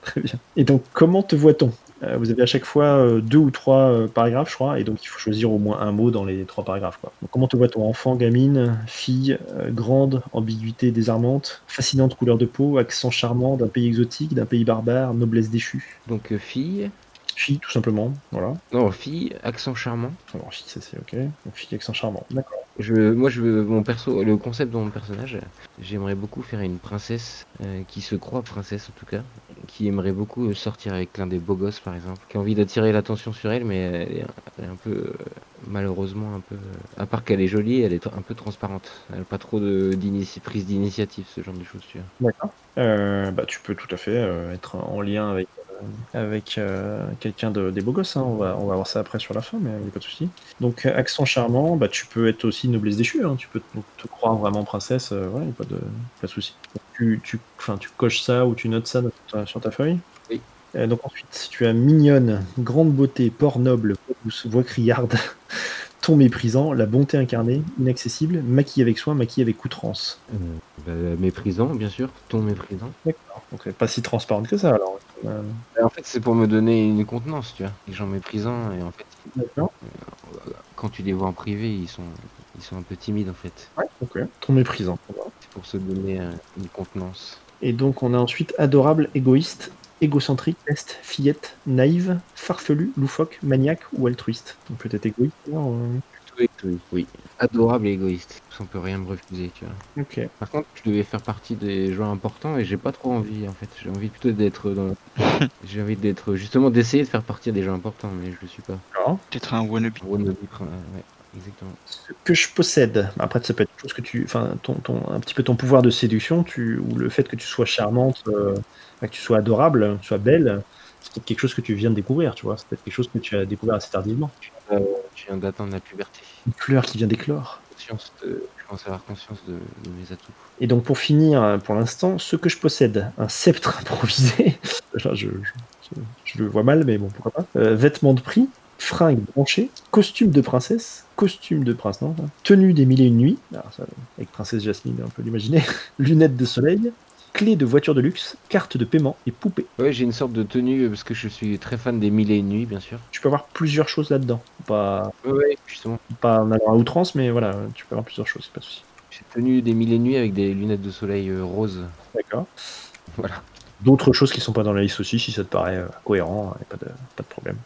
Speaker 4: Très bien. Et donc, comment te voit-on Euh, Vous avez à chaque fois euh, deux ou trois euh, paragraphes, je crois, et donc il faut choisir au moins un mot dans les trois paragraphes. Quoi. Donc, comment te voit-on Enfant, gamine, fille, euh, grande, ambiguïté désarmante, fascinante couleur de peau, accent charmant d'un pays exotique, d'un pays barbare, noblesse déchue.
Speaker 5: Donc, euh, fille.
Speaker 4: Fille, tout simplement. Voilà.
Speaker 5: Non, fille, accent charmant.
Speaker 4: Alors, fille, ça c'est ok. Donc, fille, accent charmant. D'accord.
Speaker 5: Je, moi, je, veux- mon perso, le concept de mon personnage, euh, j'aimerais beaucoup faire une princesse euh, qui se croit princesse en tout cas, qui aimerait beaucoup euh, sortir avec l'un des beaux gosses par exemple, qui a envie d'attirer l'attention sur elle, mais elle est, un- elle est un peu, euh, malheureusement, un peu, euh, à part qu'elle est jolie, elle est tr- un peu transparente. Elle n'a pas trop de d'initie- prise d'initiative, ce genre de choses, tu vois.
Speaker 4: D'accord. Euh, bah, tu peux tout à fait euh, être en lien avec, euh, avec euh, quelqu'un de, des beaux gosses. hein. On, va, on va voir ça après sur la fin, mais il n'y a pas de souci. Donc, euh, accent charmant, bah, tu peux être aussi noblesse déchue. hein. Tu peux te, te croire vraiment princesse. euh, ouais, y a pas de, pas de souci. Donc, Tu, tu, enfin, tu coches ça ou tu notes ça dans ta- sur ta feuille.
Speaker 5: Oui.
Speaker 4: Euh, donc, ensuite, tu as mignonne, grande beauté, port noble, voix douce, voix criarde. [laughs] Ton méprisant, la bonté incarnée, inaccessible, maquillée avec soin, maquillée avec outrance.
Speaker 5: Bah, méprisant, bien sûr, ton méprisant.
Speaker 4: Donc, elle est pas si transparente que ça, alors. Euh,
Speaker 5: Bah, en fait, c'est pour me donner une contenance, tu vois. Les gens méprisants, et en fait,
Speaker 4: D'accord.
Speaker 5: quand tu les vois en privé, ils sont, ils sont un peu timides en fait.
Speaker 4: Ok. Ton méprisant.
Speaker 5: C'est pour se donner euh, une contenance.
Speaker 4: Et donc on a ensuite adorable, égoïste, égocentrique, leste, fillette, naïve, farfelu, loufoque, maniaque ou altruiste. Donc peut-être égoïste. alors, euh,
Speaker 5: Plutôt égoïste, oui. Adorable et égoïste. On peut rien me refuser, tu vois.
Speaker 4: euh, Ok.
Speaker 5: Par contre, je devais faire partie des joueurs importants et j'ai pas trop envie en fait. J'ai envie plutôt d'être dans. j'ai envie d'être justement d'essayer de faire partie des gens importants, mais je le suis pas.
Speaker 4: Ah.
Speaker 6: Peut-être un wannabe.
Speaker 5: Rôle de vie, euh, ouais, exactement.
Speaker 4: Ce que je possède. Après ça peut être chose que tu, enfin ton, ton- un petit peu ton pouvoir de séduction, tu ou le fait que tu sois charmante, euh, que tu sois adorable, que tu sois belle. C'est peut-être quelque chose que tu viens de découvrir, tu vois. C'est peut-être quelque chose que tu as découvert assez tardivement.
Speaker 5: Je viens d'atteindre la puberté.
Speaker 4: Une fleur qui vient d'éclore.
Speaker 5: Conscience de... Je commence à avoir conscience de, de mes atouts.
Speaker 4: Et donc pour finir, euh, pour l'instant, ce que je possède, un sceptre [laughs] improvisé, Enfin, je, je- je le vois mal, mais bon, pourquoi pas, Euh, vêtements de prix, fringues branchées, costume de princesse, costume de prince, non, hein. tenue des mille et une nuits, Alors ça, avec princesse Jasmine, on peut l'imaginer, [laughs] lunettes de soleil, clé de voiture de luxe, carte de paiement et poupée.
Speaker 5: Ouais, j'ai une sorte de tenue euh, parce que je suis très fan des Mille et une nuits, bien sûr.
Speaker 4: Tu peux avoir plusieurs choses là-dedans, pas,
Speaker 5: Ouais, ouais, justement.
Speaker 4: pas en allant à outrance, mais voilà, tu peux avoir plusieurs choses, c'est pas de souci.
Speaker 5: J'ai tenu des mille et nuits avec des lunettes de soleil euh, roses.
Speaker 4: D'accord.
Speaker 5: Voilà.
Speaker 4: D'autres choses qui sont pas dans la liste aussi, si ça te paraît euh, cohérent, et pas de, pas de problème.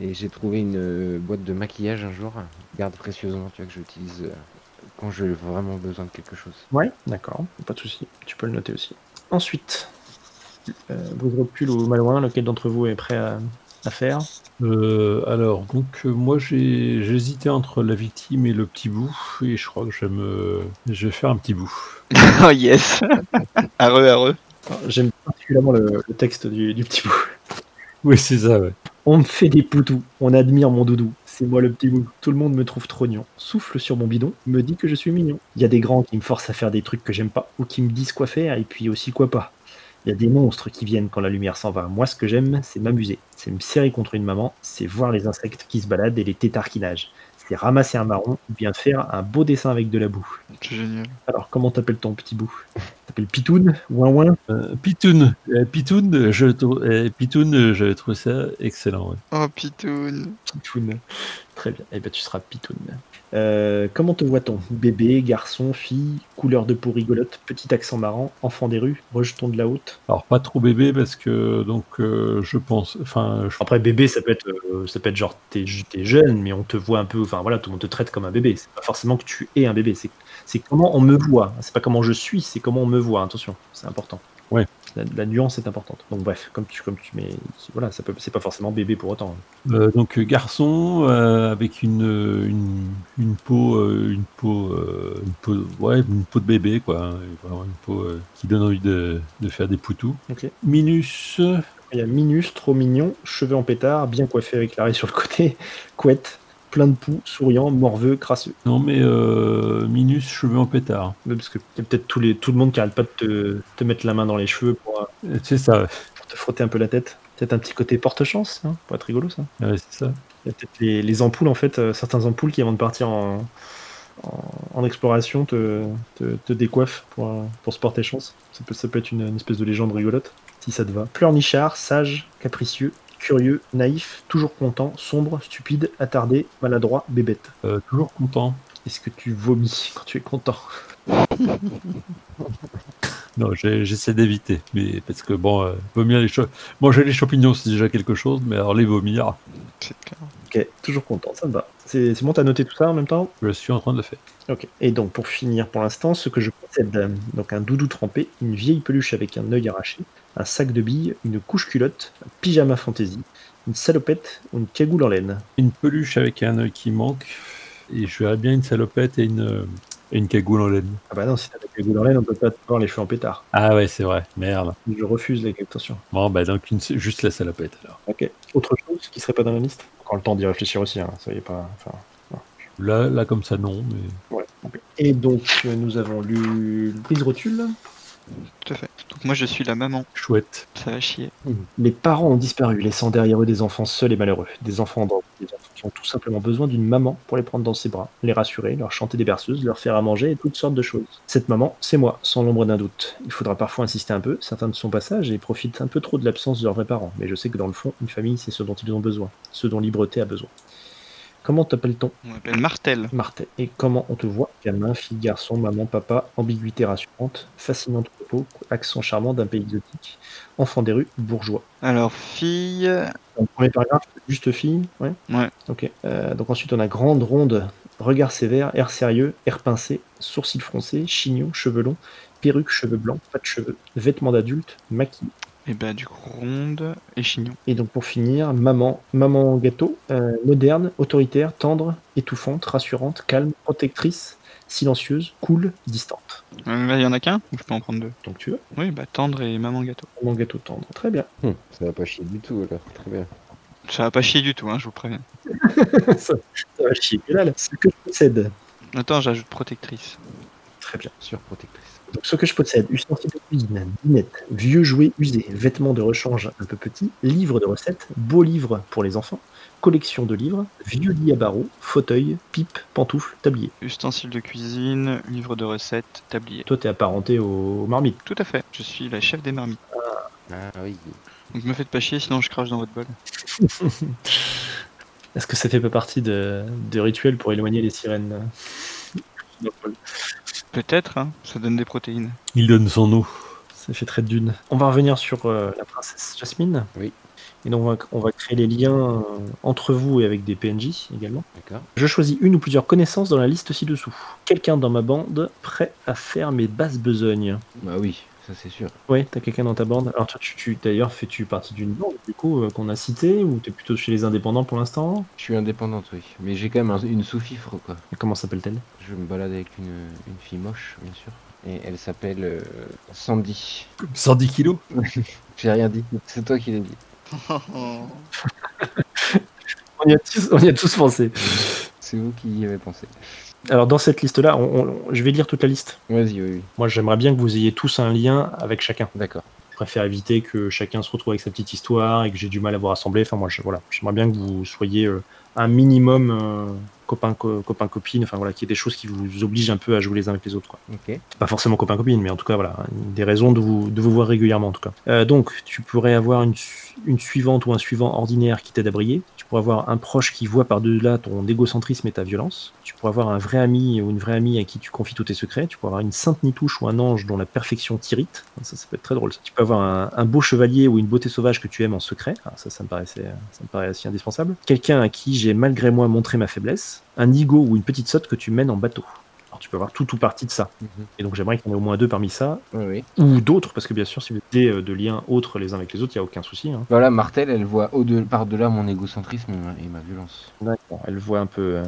Speaker 5: Et j'ai trouvé une euh, boîte de maquillage un jour. Je Garde précieusement, tu vois, que j'utilise euh, quand j'ai vraiment besoin de quelque chose.
Speaker 4: Ouais, d'accord, pas de souci. Tu peux le noter aussi. Ensuite, euh, vous recule ou malouin, lequel d'entre vous est prêt à, à faire
Speaker 7: euh, alors, donc, euh, moi, j'ai j'ai hésité entre la victime et le petit bout, et je crois que je vais, me... je vais faire un petit bout.
Speaker 6: [laughs] oh yes [laughs] Areux, areux.
Speaker 4: Alors, J'aime particulièrement le, le texte du, du petit bout.
Speaker 7: [laughs] Oui, c'est ça, ouais.
Speaker 4: On me fait des poutous. On admire mon doudou. C'est moi le petit bout. Tout le monde me trouve trognon. Souffle sur mon bidon, me dit que je suis mignon. Il y a des grands qui me forcent à faire des trucs que j'aime pas ou qui me disent quoi faire et puis aussi quoi pas. Il y a des monstres qui viennent quand la lumière s'en va. Moi, ce que j'aime, c'est m'amuser. C'est me serrer contre une maman. C'est voir les insectes qui se baladent et les tétards qui nagent. C'est ramasser un marron ou bien faire un beau dessin avec de la boue.
Speaker 6: C'est génial.
Speaker 4: Alors, comment t'appelles ton petit bout T'appelles Pitoun Ouin ouin
Speaker 7: Euh, Pitoun, Euh, Pitoun, euh, je trouve, euh, Pitoun, euh, je trouve ça excellent. ouais.
Speaker 6: Oh, Pitoun.
Speaker 4: Pitoun. Très bien. Eh bien, tu seras Pitoun. Euh, comment te voit-on Bébé, garçon, fille, couleur de peau rigolote, petit accent marrant, enfant des rues, rejeton de la haute.
Speaker 7: Alors pas trop bébé parce que donc euh, je pense, enfin je-
Speaker 4: Après, bébé, ça peut être, euh, ça peut être genre, t'es, t'es jeune, mais on te voit un peu, enfin voilà, tout le monde te traite comme un bébé. C'est pas forcément que tu es un bébé, c'est, c'est comment on me voit. C'est pas comment je suis, c'est comment on me voit. Attention, c'est important.
Speaker 7: Ouais.
Speaker 4: La, la nuance est importante. Donc bref, comme tu, comme tu, mais voilà, ça peut, c'est pas forcément bébé pour autant.
Speaker 7: euh, donc euh, garçon euh, avec une, euh, une une peau euh, une peau euh, une peau ouais une peau de bébé quoi, hein, et vraiment une peau euh, qui donne envie de, de faire des poutous.
Speaker 4: Ok.
Speaker 7: Minus euh,
Speaker 4: Il y a Minus, trop mignon, cheveux en pétard, bien coiffé avec l'arrêt sur le côté, [laughs] couette, plein de poux, souriant, morveux, crasseux.
Speaker 7: non mais euh, minus cheveux en pétard.
Speaker 4: Ouais, Parce que y a peut-être tous les, tout le monde qui arrête pas de te, te mettre la main dans les cheveux pour, euh,
Speaker 7: Euh, C'est ça, ouais.
Speaker 4: pour te frotter un peu la tête. Peut-être un petit côté porte-chance, hein, pour être rigolo ça.
Speaker 7: Ouais, c'est ça.
Speaker 4: Il y a peut-être les, les ampoules en fait, euh, certains ampoules qui avant de partir en, en, en exploration te, te, te décoiffent pour, euh, pour se porter chance. Ça peut, ça peut être une, une espèce de légende rigolote, si ça te va. Pleurnichard, sage, capricieux, curieux, naïf, toujours content, sombre, stupide, attardé, maladroit, bébête.
Speaker 7: Euh, toujours content.
Speaker 4: Est-ce que tu vomis quand tu es content
Speaker 7: Non, j'ai- j'essaie d'éviter, mais parce que bon, euh, vomir les champignons. Manger les champignons, c'est déjà quelque chose, mais alors les vomir,
Speaker 6: C'est clair.
Speaker 4: Ok, toujours content, ça me va. C'est c'est bon, t'as noté tout ça en même temps
Speaker 7: je suis en train de le faire.
Speaker 4: Ok. Et donc, pour finir pour l'instant, ce que je possède, euh, donc un doudou trempé, une vieille peluche avec un œil arraché, un sac de billes, une couche culotte, un pyjama fantaisie, une salopette ou une cagoule en laine.
Speaker 7: Une peluche avec un œil qui manque, et je verrais bien une salopette et une, euh, et une cagoule en laine.
Speaker 4: Ah bah non, si t'as la cagoule en laine, on peut pas te voir les cheveux en pétard.
Speaker 7: Ah ouais, c'est vrai, merde.
Speaker 4: Je refuse la attention.
Speaker 7: Bon, bah donc une, juste la salopette alors.
Speaker 4: Ok. Autre chose qui serait pas dans la liste Encore le temps d'y réfléchir aussi, hein. soyez pas. Enfin...
Speaker 7: Là, là comme ça, non, mais.
Speaker 4: Ouais. ok. Et donc, euh, nous avons lu Prise Rotule.
Speaker 6: Tout à fait. Donc, moi, je suis la maman.
Speaker 7: Chouette.
Speaker 6: Ça va chier.
Speaker 4: Les parents ont disparu, laissant derrière eux des enfants seuls et malheureux, des enfants en danger, des enfants qui ont tout simplement besoin d'une maman pour les prendre dans ses bras, les rassurer, leur chanter des berceuses, leur faire à manger et toutes sortes de choses. Cette maman, c'est moi, sans l'ombre d'un doute. Il faudra parfois insister un peu, certains de son passage et profitent un peu trop de l'absence de leurs vrais parents, mais je sais que dans le fond, une famille, c'est ce dont ils ont besoin, ce dont Libreté a besoin. Comment t'appelle-t-on
Speaker 6: On m'appelle Martel.
Speaker 4: Martin. Et comment on te voit Gamin, fille, garçon, maman, papa, ambiguïté rassurante, fascinante propos, accent charmant d'un pays exotique, enfant des rues, bourgeois.
Speaker 6: Alors, fille.
Speaker 4: Dans le premier paragraphe, juste fille, ouais.
Speaker 6: Ouais.
Speaker 4: Ok. Euh, donc ensuite, on a grande ronde, regard sévère, air sérieux, air pincé, sourcils froncés, chignon, cheveux longs, perruque, cheveux blancs, pas de cheveux, vêtements d'adulte, maquillage.
Speaker 6: Et bah, du coup, ronde et chignon.
Speaker 4: Et donc pour finir, maman, maman gâteau, euh, moderne, autoritaire, tendre, étouffante, rassurante, calme, protectrice, silencieuse, cool, distante.
Speaker 6: Euh, Là, il y en a qu'un Ou je peux en prendre deux
Speaker 4: Donc tu veux
Speaker 6: Oui, bah, tendre et maman gâteau.
Speaker 4: Maman gâteau tendre. Très bien. [laughs]
Speaker 5: Hum, ça va pas chier du tout alors. Très bien.
Speaker 6: Ça va pas chier du tout, hein, je vous préviens.
Speaker 4: ça, ça va chier. que dalle. ce que je possède.
Speaker 6: Attends, j'ajoute protectrice.
Speaker 4: Très bien.
Speaker 5: Surprotectrice.
Speaker 4: Donc, ce que je possède, ustensiles de cuisine, dinettes, vieux jouets usés, vêtements de rechange un peu petits, livres de recettes, beaux livres pour les enfants, collection de livres, vieux lit à barreaux, fauteuil, pipe, pantoufles, tablier.
Speaker 6: Ustensiles de cuisine, livre de recettes, tablier.
Speaker 4: Toi, t'es apparenté aux marmites.
Speaker 6: Tout à fait, je suis la chef des marmites.
Speaker 5: Ah oui.
Speaker 6: Donc me faites pas chier, sinon je crache dans votre bol.
Speaker 4: Est-ce que ça fait pas partie de, de rituels pour éloigner les sirènes
Speaker 6: Peut-être, hein, ça donne des protéines.
Speaker 7: Il donne son eau.
Speaker 4: Ça fait très dune. On va revenir sur euh, la princesse Jasmine.
Speaker 5: Oui.
Speaker 4: Et donc, on va, on va créer les liens euh, entre vous et avec des PNJ également.
Speaker 5: D'accord.
Speaker 4: Je choisis une ou plusieurs connaissances dans la liste ci-dessous. Quelqu'un dans ma bande prêt à faire mes basses besognes.
Speaker 5: Bah oui, ça c'est sûr.
Speaker 4: Ouais, t'as quelqu'un dans ta bande. Alors toi, tu, tu- d'ailleurs, fais-tu partie d'une bande du coup euh, qu'on a citée ou t'es plutôt chez les indépendants pour l'instant
Speaker 5: Je suis indépendante, oui. Mais j'ai quand même un- une sous-fifre quoi.
Speaker 4: Et Comment s'appelle-t-elle
Speaker 5: Je me balade avec une, une fille moche, bien sûr. Et elle s'appelle euh, Sandy.
Speaker 7: 110 kilos
Speaker 5: J'ai rien dit. C'est toi qui l'as dit.
Speaker 6: [laughs] Oh,
Speaker 4: on, y a tous, on y a tous pensé.
Speaker 5: C'est vous qui y avez pensé.
Speaker 4: Alors, dans cette liste-là, on- on- je vais lire toute la liste.
Speaker 5: Vas-y, oui, oui.
Speaker 4: Moi, j'aimerais bien que vous ayez tous un lien avec chacun.
Speaker 5: D'accord.
Speaker 4: Je préfère éviter que chacun se retrouve avec sa petite histoire et que j'ai du mal à vous rassembler. Enfin, moi, je- voilà, j'aimerais bien que vous soyez euh, un minimum euh, copain, co- copain, copine. Enfin, voilà, qu'il y ait des choses qui vous obligent un peu à jouer les uns avec les autres. quoi
Speaker 5: Ok.
Speaker 4: pas forcément copain copine mais en tout cas voilà des raisons de vous, de vous voir régulièrement en tout cas Euh, donc tu pourrais avoir une, su- une suivante ou un suivant ordinaire qui t'aide à briller tu pourrais avoir un proche qui voit par delà ton égocentrisme et ta violence tu pourrais avoir un vrai ami ou une vraie amie à qui tu confies tous tes secrets tu pourrais avoir une sainte nitouche ou un ange dont la perfection t'irrite Ah, ça ça peut être très drôle ça. tu peux avoir un, un beau chevalier ou une beauté sauvage que tu aimes en secret Ah, ça ça me paraissait ça me paraît assez indispensable quelqu'un à qui j'ai malgré moi montré ma faiblesse un igot ou une petite sotte que tu mènes en bateau alors tu peux avoir tout ou partie de ça
Speaker 5: Mhm.
Speaker 4: et donc j'aimerais qu'il y en ait au moins deux parmi ça,
Speaker 5: Oui, oui.
Speaker 4: ou d'autres, parce que bien sûr, si vous avez euh, de liens autres les uns avec les autres, il n'y a aucun souci. hein.
Speaker 5: Voilà, Martel, elle voit au-delà, par-delà mon égocentrisme et ma- et ma violence.
Speaker 4: D'accord, elle voit un peu, euh,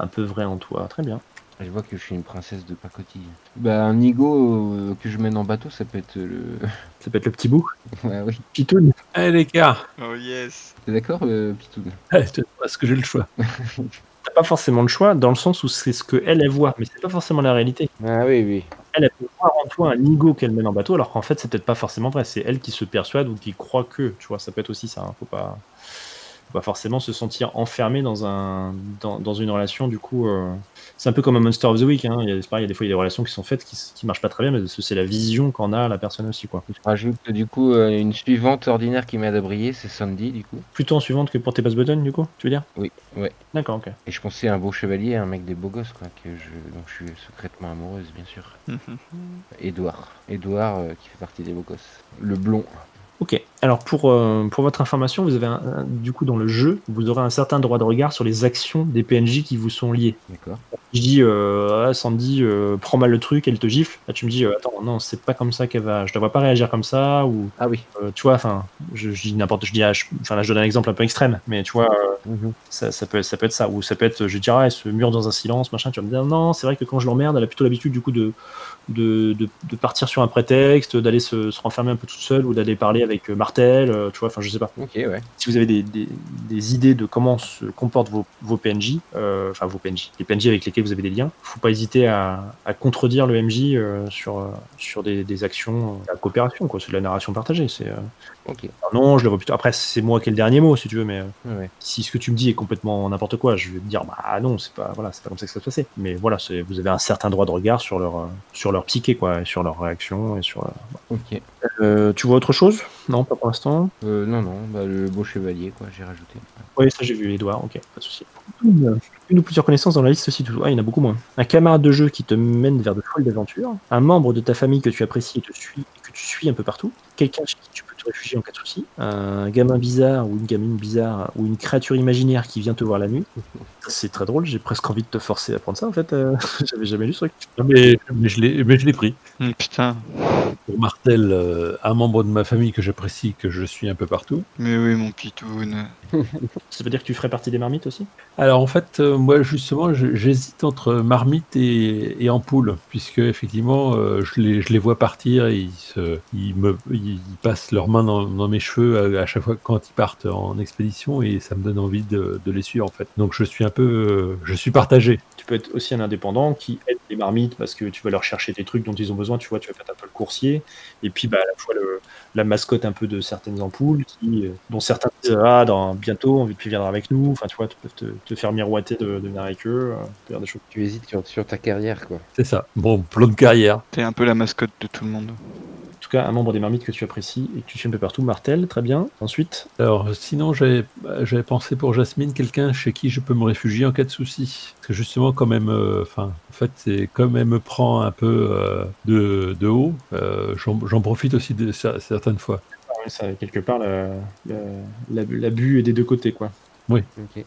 Speaker 4: un peu vrai en toi. Très bien.
Speaker 5: Je vois que je suis une princesse de pacotille. Bah, un ego euh, que je mène en bateau, ça peut être le.
Speaker 4: Ça peut être le petit bout.
Speaker 5: [laughs] ouais, oui.
Speaker 4: Pitoun.
Speaker 7: Allez, Eh, les gars, [laughs]
Speaker 6: Oh yes.
Speaker 5: T'es d'accord, euh, Pitoun
Speaker 7: est-ce que j'ai le choix
Speaker 4: T'as pas forcément le choix, dans le sens où c'est ce que elle, elle voit, mais c'est pas forcément la réalité.
Speaker 5: Ah, oui, oui.
Speaker 4: Elle, elle peut voir en toi un ego qu'elle mène en bateau, alors qu'en fait, c'est peut-être pas forcément vrai. C'est elle qui se persuade ou qui croit que, tu vois, ça peut être aussi ça. hein. Faut pas. faut pas forcément se sentir enfermé dans, un, dans, dans une relation, du coup, euh, c'est un peu comme un Monster of the Week. hein. Il, y a, c'est pareil, il y a des fois, il y a des relations qui sont faites qui, s- qui marchent pas très bien, mais parce que c'est la vision qu'en a la personne aussi. quoi.
Speaker 5: Je rajoute que, du coup euh, une suivante ordinaire qui m'aide à briller, c'est Sandy, du coup.
Speaker 4: Plutôt en suivante que pour tes pass buttons, du coup, tu veux dire
Speaker 5: Oui, ouais.
Speaker 4: D'accord, ok.
Speaker 5: Et je pensais à un beau chevalier, à un mec des beaux gosses, quoi, que je, dont je suis secrètement amoureuse, bien sûr. Édouard. Édouard euh, qui fait partie des beaux gosses. Le blond.
Speaker 4: Ok, alors pour, euh, pour votre information, vous avez un- un- du coup dans le jeu, vous aurez un certain droit de regard sur les actions des PNJ qui vous sont liées.
Speaker 5: D'accord.
Speaker 4: Je dis, euh, ah, Sandy, euh, prends mal le truc, elle te gifle. Là, tu me dis, euh, attends, non, c'est pas comme ça qu'elle va, je la vois pas réagir comme ça, ou
Speaker 5: Ah oui.
Speaker 4: euh, tu vois, enfin, je, je dis n'importe, je dis, ah, je- enfin là, je donne un exemple un peu extrême, mais tu vois, euh,
Speaker 5: Mhm.
Speaker 4: ça, ça peut, ça peut être ça, ou ça peut être, je dirais, ah, elle se mure dans un silence, machin, tu vas me dire, non, c'est vrai que quand je l'emmerde, elle a plutôt l'habitude du coup de, de, de, de partir sur un prétexte, d'aller se, se renfermer un peu toute seule, ou d'aller parler avec euh, Martel, euh, tu vois, enfin, je sais pas
Speaker 5: Ok, ouais.
Speaker 4: si vous avez des, des- des idées de comment se comportent vos, vos PNJ, euh, enfin vos PNJ, les PNJ avec lesquels vous avez des liens, faut pas hésiter à, à contredire le MJ euh, sur, euh, sur des, des actions, euh, la coopération, quoi. C'est de la narration partagée. C'est euh,
Speaker 5: Ok. Ouais,
Speaker 4: alors non, je le vois plutôt. Après, c'est moi qui ai le dernier mot, si tu veux, mais euh,
Speaker 5: ouais.
Speaker 4: si ce que tu me dis est complètement n'importe quoi, je vais te dire, bah non, c'est pas, voilà, c'est pas comme ça que ça se passait. Mais voilà, c'est- vous avez un certain droit de regard sur leur, euh, sur leur psyché, quoi, et sur leur réaction et sur. leur-
Speaker 5: Ok.
Speaker 4: Euh, tu vois autre chose Non, pas pour l'instant.
Speaker 5: Euh, non, non, bah, le beau chevalier, quoi, j'ai rajouté.
Speaker 4: Oui, ça j'ai vu, Edouard, ok, pas de souci. Une, une ou plusieurs connaissances dans la liste aussi, toujours. Ah, il y en a beaucoup moins. Un camarade de jeu qui te mène vers de folles aventures, un membre de ta famille que tu apprécies et te suis, que tu suis un peu partout, quelqu'un chez qui tu peux te réfugier en cas de souci, un gamin bizarre ou une gamine bizarre ou une créature imaginaire qui vient te voir la nuit. C'est très drôle, j'ai presque envie de te forcer à prendre ça en fait, euh, [laughs] j'avais jamais lu ce truc.
Speaker 7: Non, mais, mais je l'ai- mais je l'ai pris.
Speaker 6: Hum, [laughs] Putain.
Speaker 7: Pour Martel, euh, un membre de ma famille que j'apprécie, que je suis un peu partout.
Speaker 6: Mais oui mon pitoun.
Speaker 4: Ça veut dire que tu ferais partie des marmites aussi
Speaker 7: Alors en fait, euh, moi justement, je- j'hésite entre marmite et, et ampoule, puisque effectivement, euh, je, les, je les vois partir, et ils, se- ils me, ils passent leurs mains dans, dans mes cheveux à, à chaque fois quand ils partent en expédition, et ça me donne envie de, de les suivre en fait. Donc je suis un peu, euh, je suis partagé.
Speaker 4: Tu peux être aussi un indépendant qui aide les marmites parce que tu vas leur chercher des trucs dont ils ont besoin, tu vois, tu vas faire un peu le coursier. Et puis, bah, à la fois, le- la mascotte un peu de certaines ampoules qui, euh, dont certains disent Ah, dans, bientôt, on veut tu viendras avec nous. Enfin, tu vois, tu peux te, te faire miroiter de, de venir avec eux, euh, tu peux faire des choses.
Speaker 5: Tu hésites sur, sur ta carrière, quoi.
Speaker 7: C'est ça. Bon plan de carrière.
Speaker 6: T'es un peu la mascotte de tout le monde.
Speaker 4: En tout cas, un membre des marmites que tu apprécies et que tu suis un peu partout, Martel, très bien. Ensuite,
Speaker 7: Alors sinon, j'avais bah, j'avais pensé pour Jasmine quelqu'un chez qui je peux me réfugier en cas de souci. Parce que justement, quand même, euh, enfin, en fait, c'est comme elle me prend un peu euh, de, de haut, euh, j'en j'en profite aussi de, cer- certaines fois.
Speaker 4: ouais, ça, quelque part, la- la- la- l'abus est des deux côtés, quoi.
Speaker 5: Ok.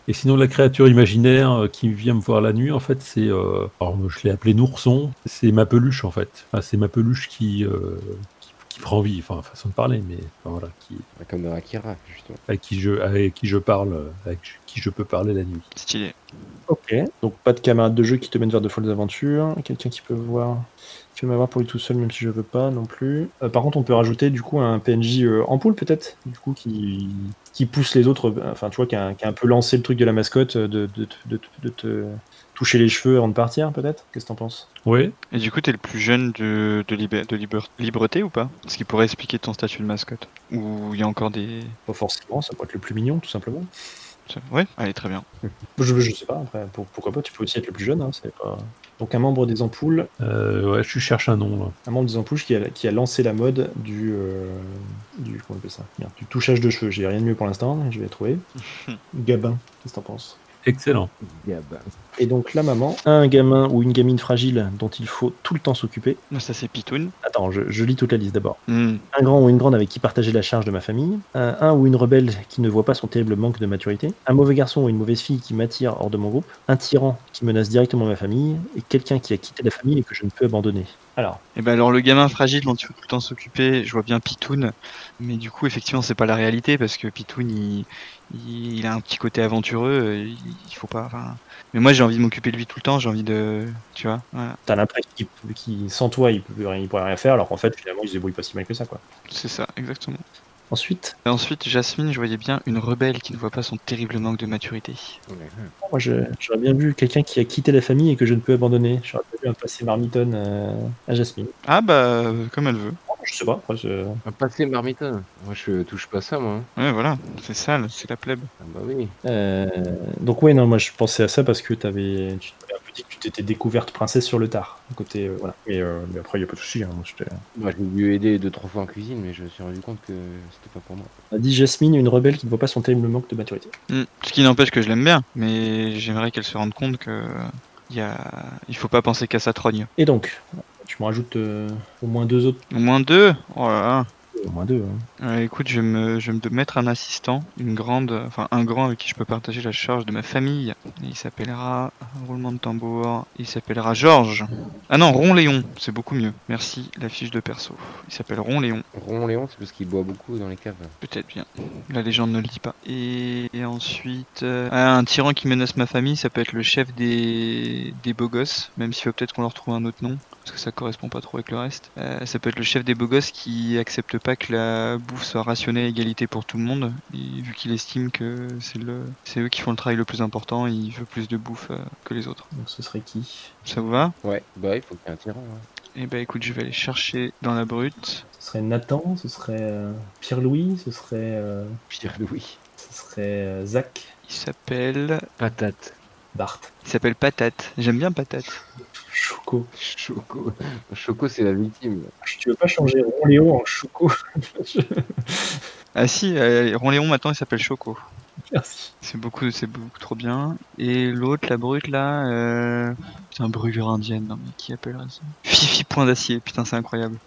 Speaker 7: Et sinon, la créature imaginaire euh, qui vient me voir la nuit, en fait, c'est. euh, alors, je l'ai appelé Nourson, c'est ma peluche, en fait. Enfin, c'est ma peluche qui, euh, qui, qui prend vie, enfin, façon de parler, mais enfin, voilà, qui,
Speaker 5: Bah, Comme dans Akira, justement.
Speaker 7: à qui je, avec qui je parle, euh, avec qui je peux parler la nuit.
Speaker 6: Stylé.
Speaker 4: Ok. Donc pas de camarade de jeu qui te mène vers de folles aventures. Quelqu'un qui peut voir. Fais m'avoir pour lui tout seul, même si je veux pas non plus. Euh, par contre, on peut rajouter du coup un PNJ euh, en poule peut-être, du coup qui, qui pousse les autres. euh, Enfin, tu vois, qui a, qui a un peu lancé le truc de la mascotte, euh, de, de, de- de- de te toucher les cheveux avant de partir, peut-être. Qu'est-ce que t'en penses
Speaker 7: Oui.
Speaker 6: Et du coup, t'es le plus jeune de, de, libé- de liber- Libreté ou pas Ce qui pourrait expliquer ton statut de mascotte. Ou il y a encore des.
Speaker 4: Pas forcément, ça pourrait être le plus mignon, tout simplement.
Speaker 6: Ouais, allez, très bien.
Speaker 4: Je, je sais pas. Après, pour- pourquoi pas Tu peux aussi être le plus jeune. hein, c'est pas... Donc un membre des ampoules,
Speaker 7: Euh, ouais, je cherche un nom. là.
Speaker 4: un membre des ampoules qui a, qui a lancé la mode du euh, du comment on appelle ça Merde, du touchage de cheveux. J'ai rien de mieux pour l'instant. Je vais trouver. Gabin, qu'est-ce que t'en penses
Speaker 7: Excellent.
Speaker 5: bah.
Speaker 4: Et donc la maman a un gamin ou une gamine fragile dont il faut tout le temps s'occuper.
Speaker 6: Non, ça, c'est Pitoun.
Speaker 4: Attends, je, je lis toute la liste d'abord.
Speaker 6: Hmm.
Speaker 4: Un grand ou une grande avec qui partager la charge de ma famille. Un, un ou une rebelle qui ne voit pas son terrible manque de maturité. Un mauvais garçon ou une mauvaise fille qui m'attire hors de mon groupe. Un tyran qui menace directement ma famille. Et quelqu'un qui a quitté la famille et que je ne peux abandonner. Alors,
Speaker 6: Et ben alors le gamin fragile dont il faut tout le temps s'occuper, je vois bien Pitoun, mais du coup effectivement c'est pas la réalité parce que Pitoun il, il, il a un petit côté aventureux, euh, il, il faut pas. Enfin, mais moi j'ai envie de m'occuper de lui tout le temps, j'ai envie de, tu vois, voilà,
Speaker 4: t'as l'impression qu'il, peut- qu'il- sans toi, il, peut, rien- il pourrait rien faire, alors qu'en fait, finalement, il se débrouille pas si mal que ça, quoi.
Speaker 6: c'est ça exactement.
Speaker 4: Ensuite,
Speaker 6: Et ensuite Jasmine, je voyais bien une rebelle qui ne voit pas son terrible manque de maturité.
Speaker 4: moi, je- j'aurais bien vu quelqu'un qui a quitté la famille et que je ne peux abandonner. J'aurais bien vu un passé marmiton euh, à Jasmine.
Speaker 6: Ah bah euh, comme elle veut.
Speaker 4: Oh, Je sais pas, après, je-
Speaker 5: Un passé marmiton. Moi, je touche pas ça, moi. hein.
Speaker 6: Ouais voilà, c'est sale, c'est la plèbe.
Speaker 5: Ah bah oui.
Speaker 4: Euh, donc ouais non moi je pensais à ça parce que t'avais tu t'avais un peu dit que tu t'étais découverte princesse sur le tard côté euh, voilà mais, euh, mais après il y a pas de souci hein, moi, je t'ai-
Speaker 5: Moi, Bah, j'ai dû aider deux trois fois en cuisine, mais je me suis rendu compte que c'était pas pour moi.
Speaker 4: on a dit Jasmine une rebelle qui ne voit pas son terrible manque de maturité
Speaker 6: Hmm. Ce qui n'empêche que je l'aime bien, mais j'aimerais qu'elle se rende compte que il y a, il faut pas penser qu'à sa trogne.
Speaker 4: et donc tu me rajoutes euh, au moins deux autres
Speaker 6: Au moins deux. Oh là là.
Speaker 4: au moins deux hein.
Speaker 6: Euh, écoute, je vais, me, je vais me mettre un assistant, une grande, enfin un grand avec qui je peux partager la charge de ma famille. Il s'appellera roulement de tambour. Il s'appellera Georges. Ah non, Ron Léon, c'est beaucoup mieux. Merci, la fiche de perso. Il s'appelle Ron Léon,
Speaker 5: Ron Léon, c'est parce qu'il boit beaucoup dans les caves.
Speaker 6: peut-être bien. La légende ne le dit pas. Et, et ensuite, euh, ah, un tyran qui menace ma famille, ça peut être le chef des des beaux gosses, même s'il faut peut-être qu'on leur trouve un autre nom. Parce que ça correspond pas trop avec le reste. Euh, ça peut être le chef des beaux gosses qui accepte pas que la bouffe soit rationnée à égalité pour tout le monde, et vu qu'il estime que c'est le, c'est eux qui font le travail le plus important, il veut plus de bouffe euh, que les autres.
Speaker 4: donc ce serait qui
Speaker 6: Ça vous va
Speaker 5: Ouais. Bah, il faut qu'il y ait un tyran. hein.
Speaker 6: Eh ben écoute, je vais aller chercher dans la brute.
Speaker 4: ce serait Nathan ce serait euh, Pierre Louis ce serait euh,
Speaker 5: Pierre Louis.
Speaker 4: ce serait euh, Zach
Speaker 6: Il s'appelle,
Speaker 5: Patate.
Speaker 4: Bart
Speaker 6: il s'appelle Patate. J'aime bien Patate.
Speaker 4: Choco
Speaker 5: Choco. Choco, c'est la victime.
Speaker 4: tu veux pas changer Ron Léo en [laughs] Choco
Speaker 6: Ah si, euh, Ron Léon maintenant il s'appelle Choco.
Speaker 4: merci
Speaker 6: C'est beaucoup, c'est beaucoup trop bien. Et l'autre, la brute là, euh... putain, brûlure indienne, non mais qui appellerait ça Fifi point d'acier, putain c'est incroyable.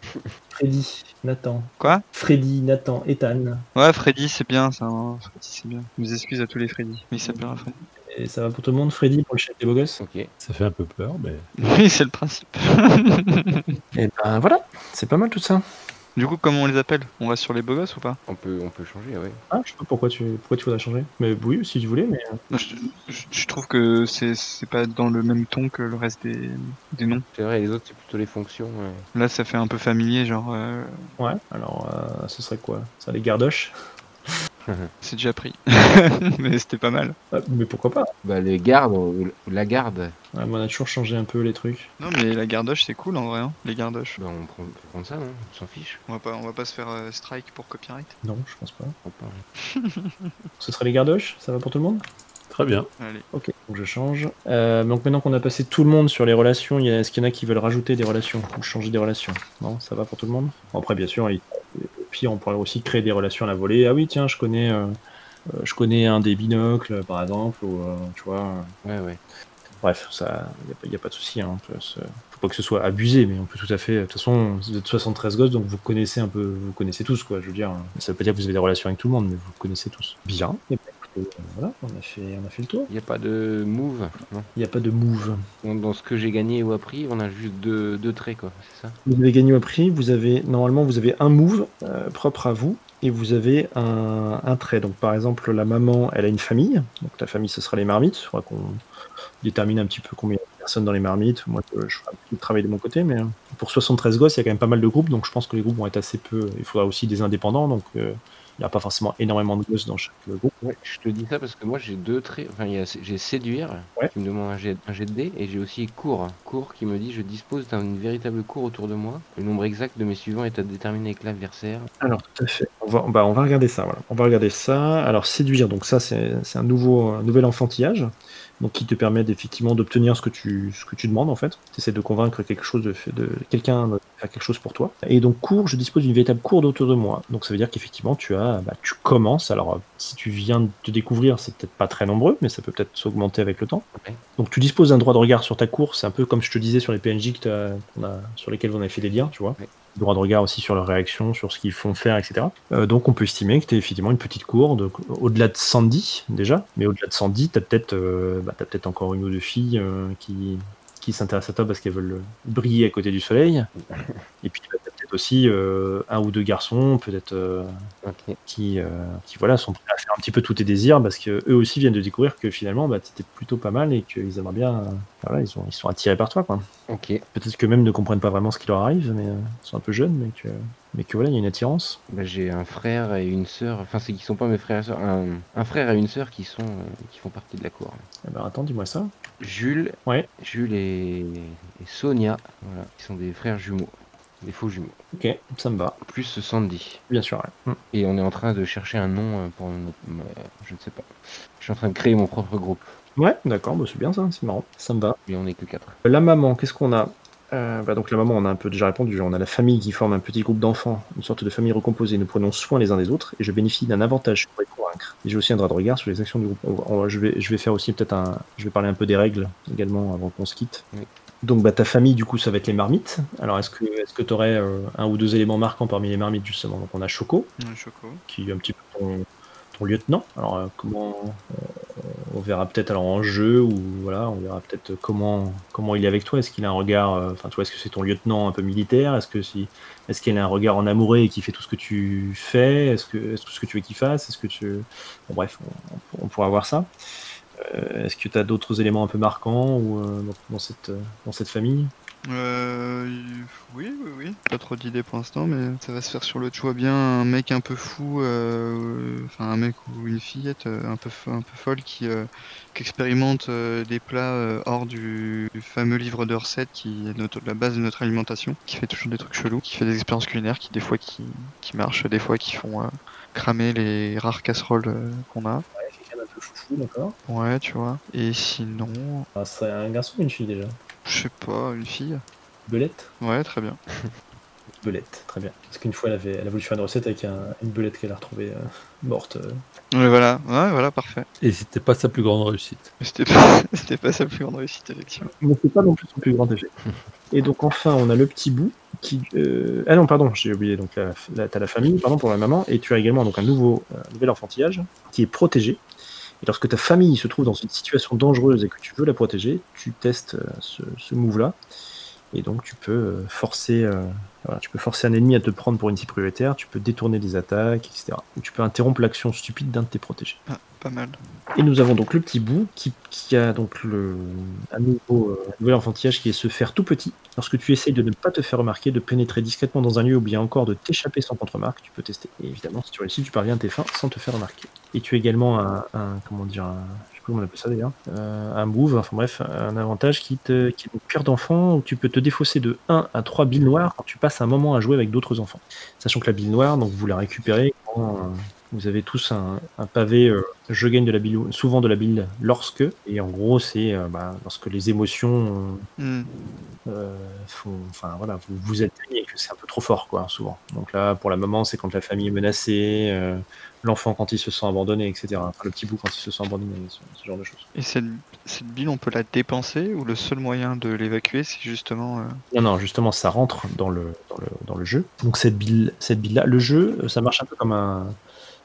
Speaker 4: Freddy Nathan
Speaker 6: Quoi
Speaker 4: Freddy Nathan Ethan
Speaker 6: Ouais, Freddy, c'est bien, ça. hein. Freddy, c'est bien. Mes excuses à tous les Freddy. Mais il s'appellera Freddy. [laughs]
Speaker 4: et ça va pour tout le monde Freddy pour le chef des beaux gosses
Speaker 5: Ok.
Speaker 7: Ça fait un peu peur, mais
Speaker 6: Oui, c'est
Speaker 4: [laughs]
Speaker 6: le principe.
Speaker 4: Et ben voilà, c'est pas mal tout ça.
Speaker 6: Du coup, comment on les appelle On reste sur les beaux gosses ou pas
Speaker 5: On peut, on peut changer, ouais.
Speaker 4: Ah, je sais pas pourquoi tu, pourquoi tu voudrais changer. Mais oui, si tu voulais, mais.
Speaker 6: Non, je, je- je trouve que c'est, c'est pas dans le même ton que le reste des, des noms.
Speaker 5: C'est vrai, les autres, c'est plutôt les fonctions. euh.
Speaker 6: Là, ça fait un peu familier, genre, euh,
Speaker 4: Ouais. Alors, euh, ce serait quoi Ça, les gardoches
Speaker 6: c'est déjà pris. [laughs] Mais c'était pas mal.
Speaker 4: Ah, Mais pourquoi pas
Speaker 5: Bah, les gardes, ou ou la garde.
Speaker 4: Ouais, mais On a toujours changé un peu les trucs.
Speaker 6: Non, mais la gardoche, c'est cool en vrai, hein, les gardoches.
Speaker 5: Bah, on prend, on peut prendre ça, non On s'en fiche.
Speaker 6: On va pas, on va pas se faire euh, strike pour copyright.
Speaker 4: Non, je pense pas.
Speaker 5: On prend pas.
Speaker 4: Ce serait les gardoches Ça va pour tout le monde
Speaker 7: très bien.
Speaker 6: Allez.
Speaker 4: Ok, donc je change. Euh, donc maintenant qu'on a passé tout le monde sur les relations, il y a- est-ce qu'il y en a qui veulent rajouter des relations ou changer des relations Non, ça va pour tout le monde Bon, Après, bien sûr, il- au pire, on pourrait aussi créer des relations à la volée. Ah oui, tiens, je connais, euh, euh, je connais un des binocles, par exemple, ou euh, tu vois. euh,
Speaker 5: Ouais, ouais.
Speaker 4: Bref, ça, il n'y a, pas de souci. Hein, on peut se- faut pas que ce soit abusé, mais on peut tout à fait. De toute façon, vous êtes 73 gosses, donc vous connaissez un peu, vous connaissez tous, quoi. Je veux dire, hein. ça veut pas dire que vous avez des relations avec tout le monde, mais vous connaissez tous. Bien. Et bah, écoutez, euh, voilà, on a fait, on a fait le tour.
Speaker 5: Il n'y a pas de move. Non.
Speaker 4: Il n'y a pas de move.
Speaker 5: Dans- Dans ce que j'ai gagné ou appris, on a juste deux, deux traits, quoi. C'est ça
Speaker 4: Vous avez gagné un prix. Vous avez normalement, vous avez un move euh, propre à vous. Et vous avez un, un trait. Donc, par exemple, la maman, elle a une famille. Donc, ta famille, ce sera les marmites. Il faudra qu'on détermine un petit peu combien il y personnes dans les marmites. Moi, je, je ferai un petit travail de mon côté, mais euh, pour 73 gosses, il y a quand même pas mal de groupes, donc je pense que les groupes vont être assez peu. Il faudra aussi des indépendants, donc euh, il n'y a pas forcément énormément de gosses dans chaque euh, groupe.
Speaker 5: Ouais, je te dis ça parce que moi j'ai deux traits. Enfin, il y a- j'ai séduire
Speaker 4: Ouais.
Speaker 5: qui me demande un jet, un jet de dés et j'ai aussi cours. Cours qui me dit je dispose d'un véritable cours autour de moi. Le nombre exact de mes suivants est à déterminer avec l'adversaire.
Speaker 4: Alors, tout à fait. On va, bah, on va regarder ça. Voilà. On va regarder ça. Alors, séduire, donc ça, c'est c'est un, nouveau, un nouvel enfantillage donc, qui te permet effectivement d'obtenir ce, que tu- ce que tu demandes, en fait. Tu essaies de convaincre quelque chose de, fait- de quelqu'un de faire quelque chose pour toi. Et donc, cours, je dispose d'une véritable cour autour de moi. Donc, ça veut dire qu'effectivement, tu as, bah, tu commences. Alors, euh, si tu viens de te découvrir, c'est peut-être pas très nombreux, mais ça peut peut-être s'augmenter avec le temps.
Speaker 5: Ouais.
Speaker 4: Donc, tu disposes d'un droit de regard sur ta cour. C'est un peu comme je te disais sur les PNJ que t'as- qu'on a- sur lesquels on a fait des liens, tu vois droit de regard aussi sur leurs réactions, sur ce qu'ils font faire, etc. Euh, donc on peut estimer que tu es effectivement une petite cour de- au-delà de 110 déjà, mais au-delà de 110, tu as peut-être euh, bah, t'as peut-être encore une ou deux filles euh, qui, qui s'intéressent à toi parce qu'elles veulent briller à côté du soleil. Et puis tu as peut-être aussi euh, un ou deux garçons, peut-être euh,
Speaker 5: Ok.
Speaker 4: qui, euh, qui voilà, sont prêts à faire un petit peu tous tes désirs parce que eux aussi viennent de découvrir que finalement bah, tu étais plutôt pas mal et qu'ils aimeraient bien. euh, voilà, ils, ont, ils sont attirés par toi. Quoi.
Speaker 5: Ok.
Speaker 4: Peut-être que même ne comprennent pas vraiment ce qui leur arrive, mais euh, ils sont un peu jeunes, mais que, mais que voilà, il y a une attirance.
Speaker 5: Bah, j'ai un frère et une sœur. Enfin, c'est qui sont pas mes frères et sœurs. Un, un frère et une sœur qui sont euh, qui font partie de la cour.
Speaker 4: Alors Eh ben, attends, dis-moi ça.
Speaker 5: Jules.
Speaker 4: Ouais.
Speaker 5: Jules et, et Sonia. Voilà. Qui sont des frères jumeaux. Des faux jumeaux.
Speaker 4: Ok, ça me va.
Speaker 5: Plus Sandy.
Speaker 4: Bien sûr, ouais. Hmm.
Speaker 5: Et on est en train de chercher un nom euh, pour notre. euh, Je ne sais pas. Je suis en train de créer mon propre groupe.
Speaker 4: Ouais, d'accord, bah, c'est bien ça, c'est marrant. Ça me va.
Speaker 5: Mais on est que quatre.
Speaker 4: La maman, qu'est-ce qu'on a Euh, bah, Donc la maman, on a un peu déjà répondu. On a la famille qui forme un petit groupe d'enfants, une sorte de famille recomposée. Nous prenons soin les uns des autres et je bénéficie d'un avantage pour les convaincre. Et j'ai aussi un droit de regard sur les actions du groupe. On va- on va- je, vais, je vais faire aussi peut-être un... Je vais parler un peu des règles également avant qu'on se quitte.
Speaker 5: Oui.
Speaker 4: Donc bah, ta famille, du coup, ça va être les marmites. Alors est-ce que est-ce que tu aurais un ou deux éléments marquants parmi les marmites justement Donc on a Choco,
Speaker 6: Ouais, Choco.
Speaker 4: qui est un petit peu ton, ton lieutenant. Alors euh, comment euh, on verra peut-être alors en jeu ou voilà, on verra peut-être comment comment il est avec toi. Est-ce qu'il a un regard, euh, enfin tu vois, est-ce que c'est ton lieutenant un peu militaire Est-ce que si, est-ce qu'il a un regard en amouré et qui fait tout ce que tu fais Est-ce que est-ce que ce que tu veux qu'il fasse Est-ce que tu, bon, bref, on, on- on pourra voir ça. Euh, est-ce que tu as d'autres éléments un peu marquants ou euh, dans, dans cette dans cette famille
Speaker 6: Euh, y- oui, oui, oui. Pas trop d'idées pour l'instant, mais ça va se faire sur le choix bien. Un mec un peu fou, euh, enfin un mec ou une fillette euh, un peu fo- un peu folle qui, euh, qui expérimente euh, des plats euh, hors du fameux livre de recettes qui est notre- la base de notre alimentation, qui fait toujours des trucs chelous, qui fait des expériences culinaires, qui des fois qui, qui marchent, des fois qui font euh, cramer les rares casseroles euh, qu'on a.
Speaker 4: Ouais, quelqu'un d'un peu foufou, d'accord.
Speaker 6: Ouais, tu vois. Et sinon,
Speaker 4: Ah, c'est un garçon ou une fille déjà
Speaker 6: je sais pas, une fille.
Speaker 4: Belette
Speaker 6: Ouais, très bien.
Speaker 4: Belette, très bien. Parce qu'une fois, elle, avait, elle a voulu faire une recette avec un- une belette qu'elle a retrouvée euh, morte. euh.
Speaker 6: Ouais, voilà, ouais, voilà, parfait.
Speaker 7: Et c'était pas sa plus grande réussite.
Speaker 6: Mais C'était pas, [laughs] c'était pas sa plus grande réussite, effectivement.
Speaker 4: Mais c'est pas non plus son plus grand échec. Et donc, enfin, on a le petit bout qui. euh, Ah non, pardon, j'ai oublié. Donc, la- la- t'as la famille, pardon, pour la maman. Et tu as également donc, un nouveau, euh, nouvel enfantillage qui est protégé. Et lorsque ta famille se trouve dans une situation dangereuse et que tu veux la protéger, tu testes euh, ce, ce move-là. Et donc, tu peux, euh, forcer, euh, voilà, tu peux forcer un ennemi à te prendre pour une cible prioritaire, tu peux détourner des attaques, etc. Ou tu peux interrompre l'action stupide d'un de tes protégés.
Speaker 6: Pas mal.
Speaker 4: Et nous avons donc le petit bout qui, qui a donc le, un nouveau euh, un nouvel enfantillage qui est se faire tout petit. Lorsque tu essayes de ne pas te faire remarquer, de pénétrer discrètement dans un lieu ou bien encore de t'échapper sans contre-marque, tu peux tester. Et évidemment, si tu réussis, tu parviens à tes fins sans te faire remarquer. Et tu as également un, un- comment dire, un, je sais pas comment on appelle ça d'ailleurs, euh, un move, enfin bref, un avantage qui, te, qui est une pierre d'enfant où tu peux te défausser de 1 à 3 billes noires quand tu passes un moment à jouer avec d'autres enfants. Sachant que la bille noire, donc vous la récupérez quand euh, vous avez tous un, un pavé euh, je gagne de la bile, souvent de la bile lorsque, et en gros, c'est euh, bah, lorsque les émotions
Speaker 6: Hmm.
Speaker 4: euh, font- enfin voilà, vous, vous atteignent et que c'est un peu trop fort, quoi, souvent. Donc là, pour la maman, c'est quand la famille est menacée, euh, l'enfant quand il se sent abandonné, etc. Enfin, le petit bout quand il se sent abandonné, ce, ce genre de choses.
Speaker 6: Et cette, cette bile, on peut la dépenser ou le seul moyen de l'évacuer, c'est justement. euh,
Speaker 4: Non, non, justement, ça rentre dans le, dans le, dans le jeu. Donc cette bille, cette bille-là, le jeu, euh, ça marche un peu comme un,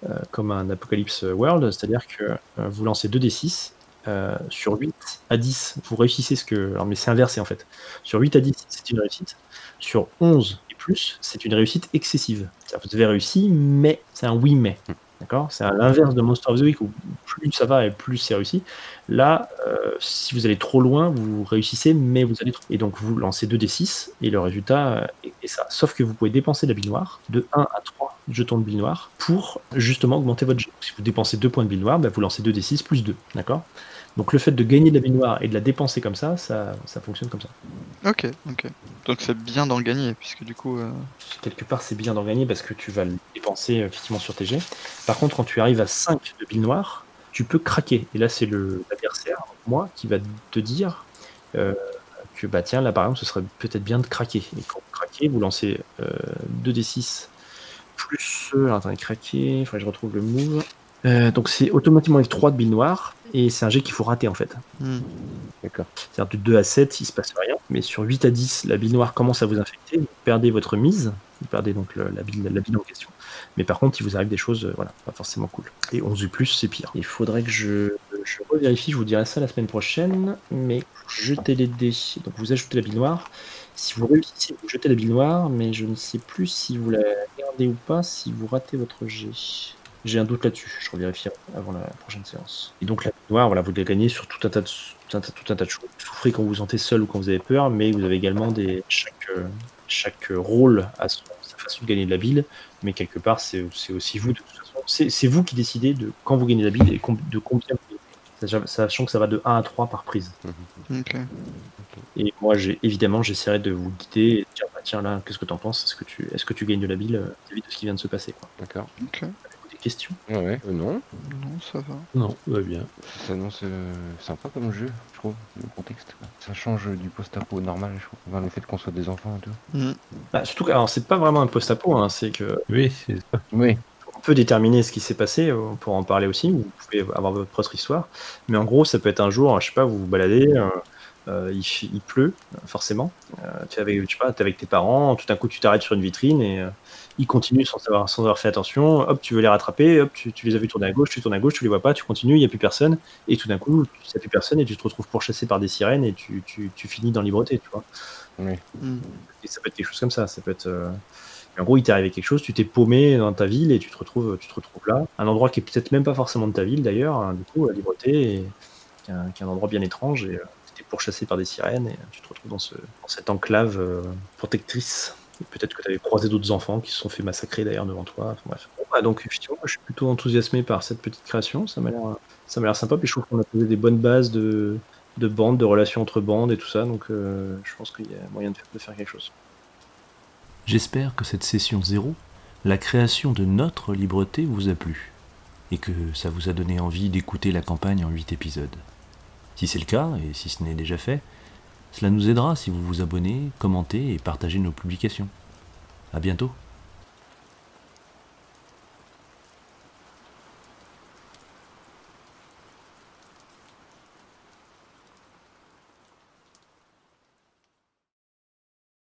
Speaker 4: euh, comme un Apocalypse World, c'est-à-dire que euh, vous lancez 2d6, euh, sur 8 à 10, vous réussissez ce que... Alors, mais c'est inversé en fait. Sur 8 à 10, c'est une réussite. Sur 11 et plus, c'est une réussite excessive. C'est-à-dire que Vous avez réussi, mais c'est un oui mais. D'accord C'est à l'inverse de Monster of the Week où plus ça va et plus c'est réussi. Là, euh, si vous allez trop loin, vous réussissez, mais vous allez trop. Et donc vous lancez 2d6 et le résultat euh, est, est ça. Sauf que vous pouvez dépenser de la bille noire de 1 à 3 jetons de bille noire pour justement augmenter votre jet. Si vous dépensez 2 points de bille noire, bah, vous lancez 2d6 plus 2. D'accord donc le fait de gagner de la bille noire et de la dépenser comme ça, ça, ça fonctionne comme ça.
Speaker 6: Ok, ok. Donc c'est bien d'en gagner, puisque du coup. euh,
Speaker 4: quelque part, c'est bien d'en gagner parce que tu vas le dépenser euh, effectivement sur tes jets. Par contre, quand tu arrives à 5 de billes noires, tu peux craquer. Et là, c'est le- l'adversaire, moi, qui va te dire euh, que, bah tiens, là, par exemple, ce serait peut-être bien de craquer. Et quand vous craquez, vous lancez euh, 2d6 plus. euh, alors, attendez, craquer, il faudrait que je retrouve le move. Euh, donc c'est automatiquement avec 3 de billes noires et c'est un jet qu'il faut rater en fait.
Speaker 6: hmm.
Speaker 5: D'accord.
Speaker 4: C'est-à-dire de 2 à 7, il se passe rien. Mais sur 8 à 10, la bille noire commence à vous infecter. Vous perdez votre mise. Vous perdez donc le- la, bille, la bille en question. Mais par contre, il vous arrive des choses, euh, voilà, pas forcément cool. Et 11 U+, c'est pire. Il faudrait que je, je revérifie, je vous dirai ça la semaine prochaine. Mais jetez les dés. Donc vous ajoutez la bille noire. Si vous réussissez, vous jetez la bille noire, mais je ne sais plus si vous la gardez ou pas, si vous ratez votre jet. J'ai un doute là-dessus, je revérifierai avant la prochaine séance. Et donc la bille noire, voilà, vous la gagnez sur tout un tas de, tout un, tas- tout un tas de choses. Vous souffrez quand vous vous sentez seul ou quand vous avez peur, mais vous avez également des chaque euh, chaque euh, rôle a son- sa façon de gagner de la bille, mais quelque part c'est c'est aussi vous de toute façon. C'est c'est vous qui décidez de quand vous gagnez la bille et com- de combien vous gagnez. Sachant- Sachant que ça va de 1 à 3 par prise.
Speaker 6: Ok.
Speaker 4: Et moi, j'ai évidemment, j'essaierai de vous guider et de dire bah, tiens, là, qu'est-ce que t'en penses Est-ce que, tu, est-ce que tu gagnes de la bille euh, vis-à-vis de ce qui vient de se passer quoi.
Speaker 5: D'accord.
Speaker 6: Ok.
Speaker 4: Avez-vous Des questions
Speaker 5: Ouais, ouais. Euh, non.
Speaker 6: Non, ça va.
Speaker 7: Non, tout va bien.
Speaker 5: Ça s'annonce euh, sympa comme jeu, je trouve, le contexte. quoi. Ça change euh, du post-apo normal, je trouve. Enfin, le fait qu'on soit des enfants et tout.
Speaker 6: Hmm.
Speaker 4: Bah, Surtout que, alors, c'est pas vraiment un post-apo, hein, c'est que
Speaker 7: Oui, c'est ça.
Speaker 5: Oui.
Speaker 4: on peut déterminer ce qui s'est passé, euh, on peut en parler aussi, vous pouvez avoir votre propre histoire. Mais en gros, ça peut être un jour, hein, je sais pas, vous vous baladez, euh, euh, il, fi- il pleut, euh, forcément. Euh, tu es avec, je sais pas, t'es avec tes parents, tout d'un coup, tu t'arrêtes sur une vitrine et euh, ils continuent sans avoir, sans avoir fait attention. Hop, tu veux les rattraper, hop, tu, tu les as vus tourner à gauche, tu tournes à gauche, tu les vois pas, tu continues, il n'y a plus personne. Et tout d'un coup, tu n'y a plus personne et tu te retrouves pourchassé par des sirènes et tu, tu, tu finis dans l'ibreté, tu vois.
Speaker 6: Hmm.
Speaker 4: Et ça peut être quelque chose comme ça. Ça peut être. euh, En gros, il t'est arrivé quelque chose, tu t'es paumé dans ta ville et tu te retrouves, tu te retrouves là. Un endroit qui est peut-être même pas forcément de ta ville d'ailleurs, hein, du coup, la liberté, et... qui, est un, qui est un endroit bien étrange et euh, t'es pourchassé par des sirènes et euh, tu te retrouves dans, ce, dans cette enclave euh, protectrice. Et Peut-être que tu avais croisé d'autres enfants qui se sont fait massacrer d'ailleurs devant toi. Enfin, bref. Bon, bah, donc, effectivement, moi, je suis plutôt enthousiasmé par cette petite création. Ça m'a l'air, ça m'a l'air sympa. Puis je trouve qu'on a posé des bonnes bases de, de bandes, de relations entre bandes et tout ça. Donc, euh, je pense qu'il y a moyen de faire- de faire quelque chose.
Speaker 3: J'espère que cette session zéro, la création de notre libreté, vous a plu, et que ça vous a donné envie d'écouter la campagne en 8 épisodes. Si c'est le cas, et si ce n'est déjà fait, cela nous aidera si vous vous abonnez, commentez et partagez nos publications. A bientôt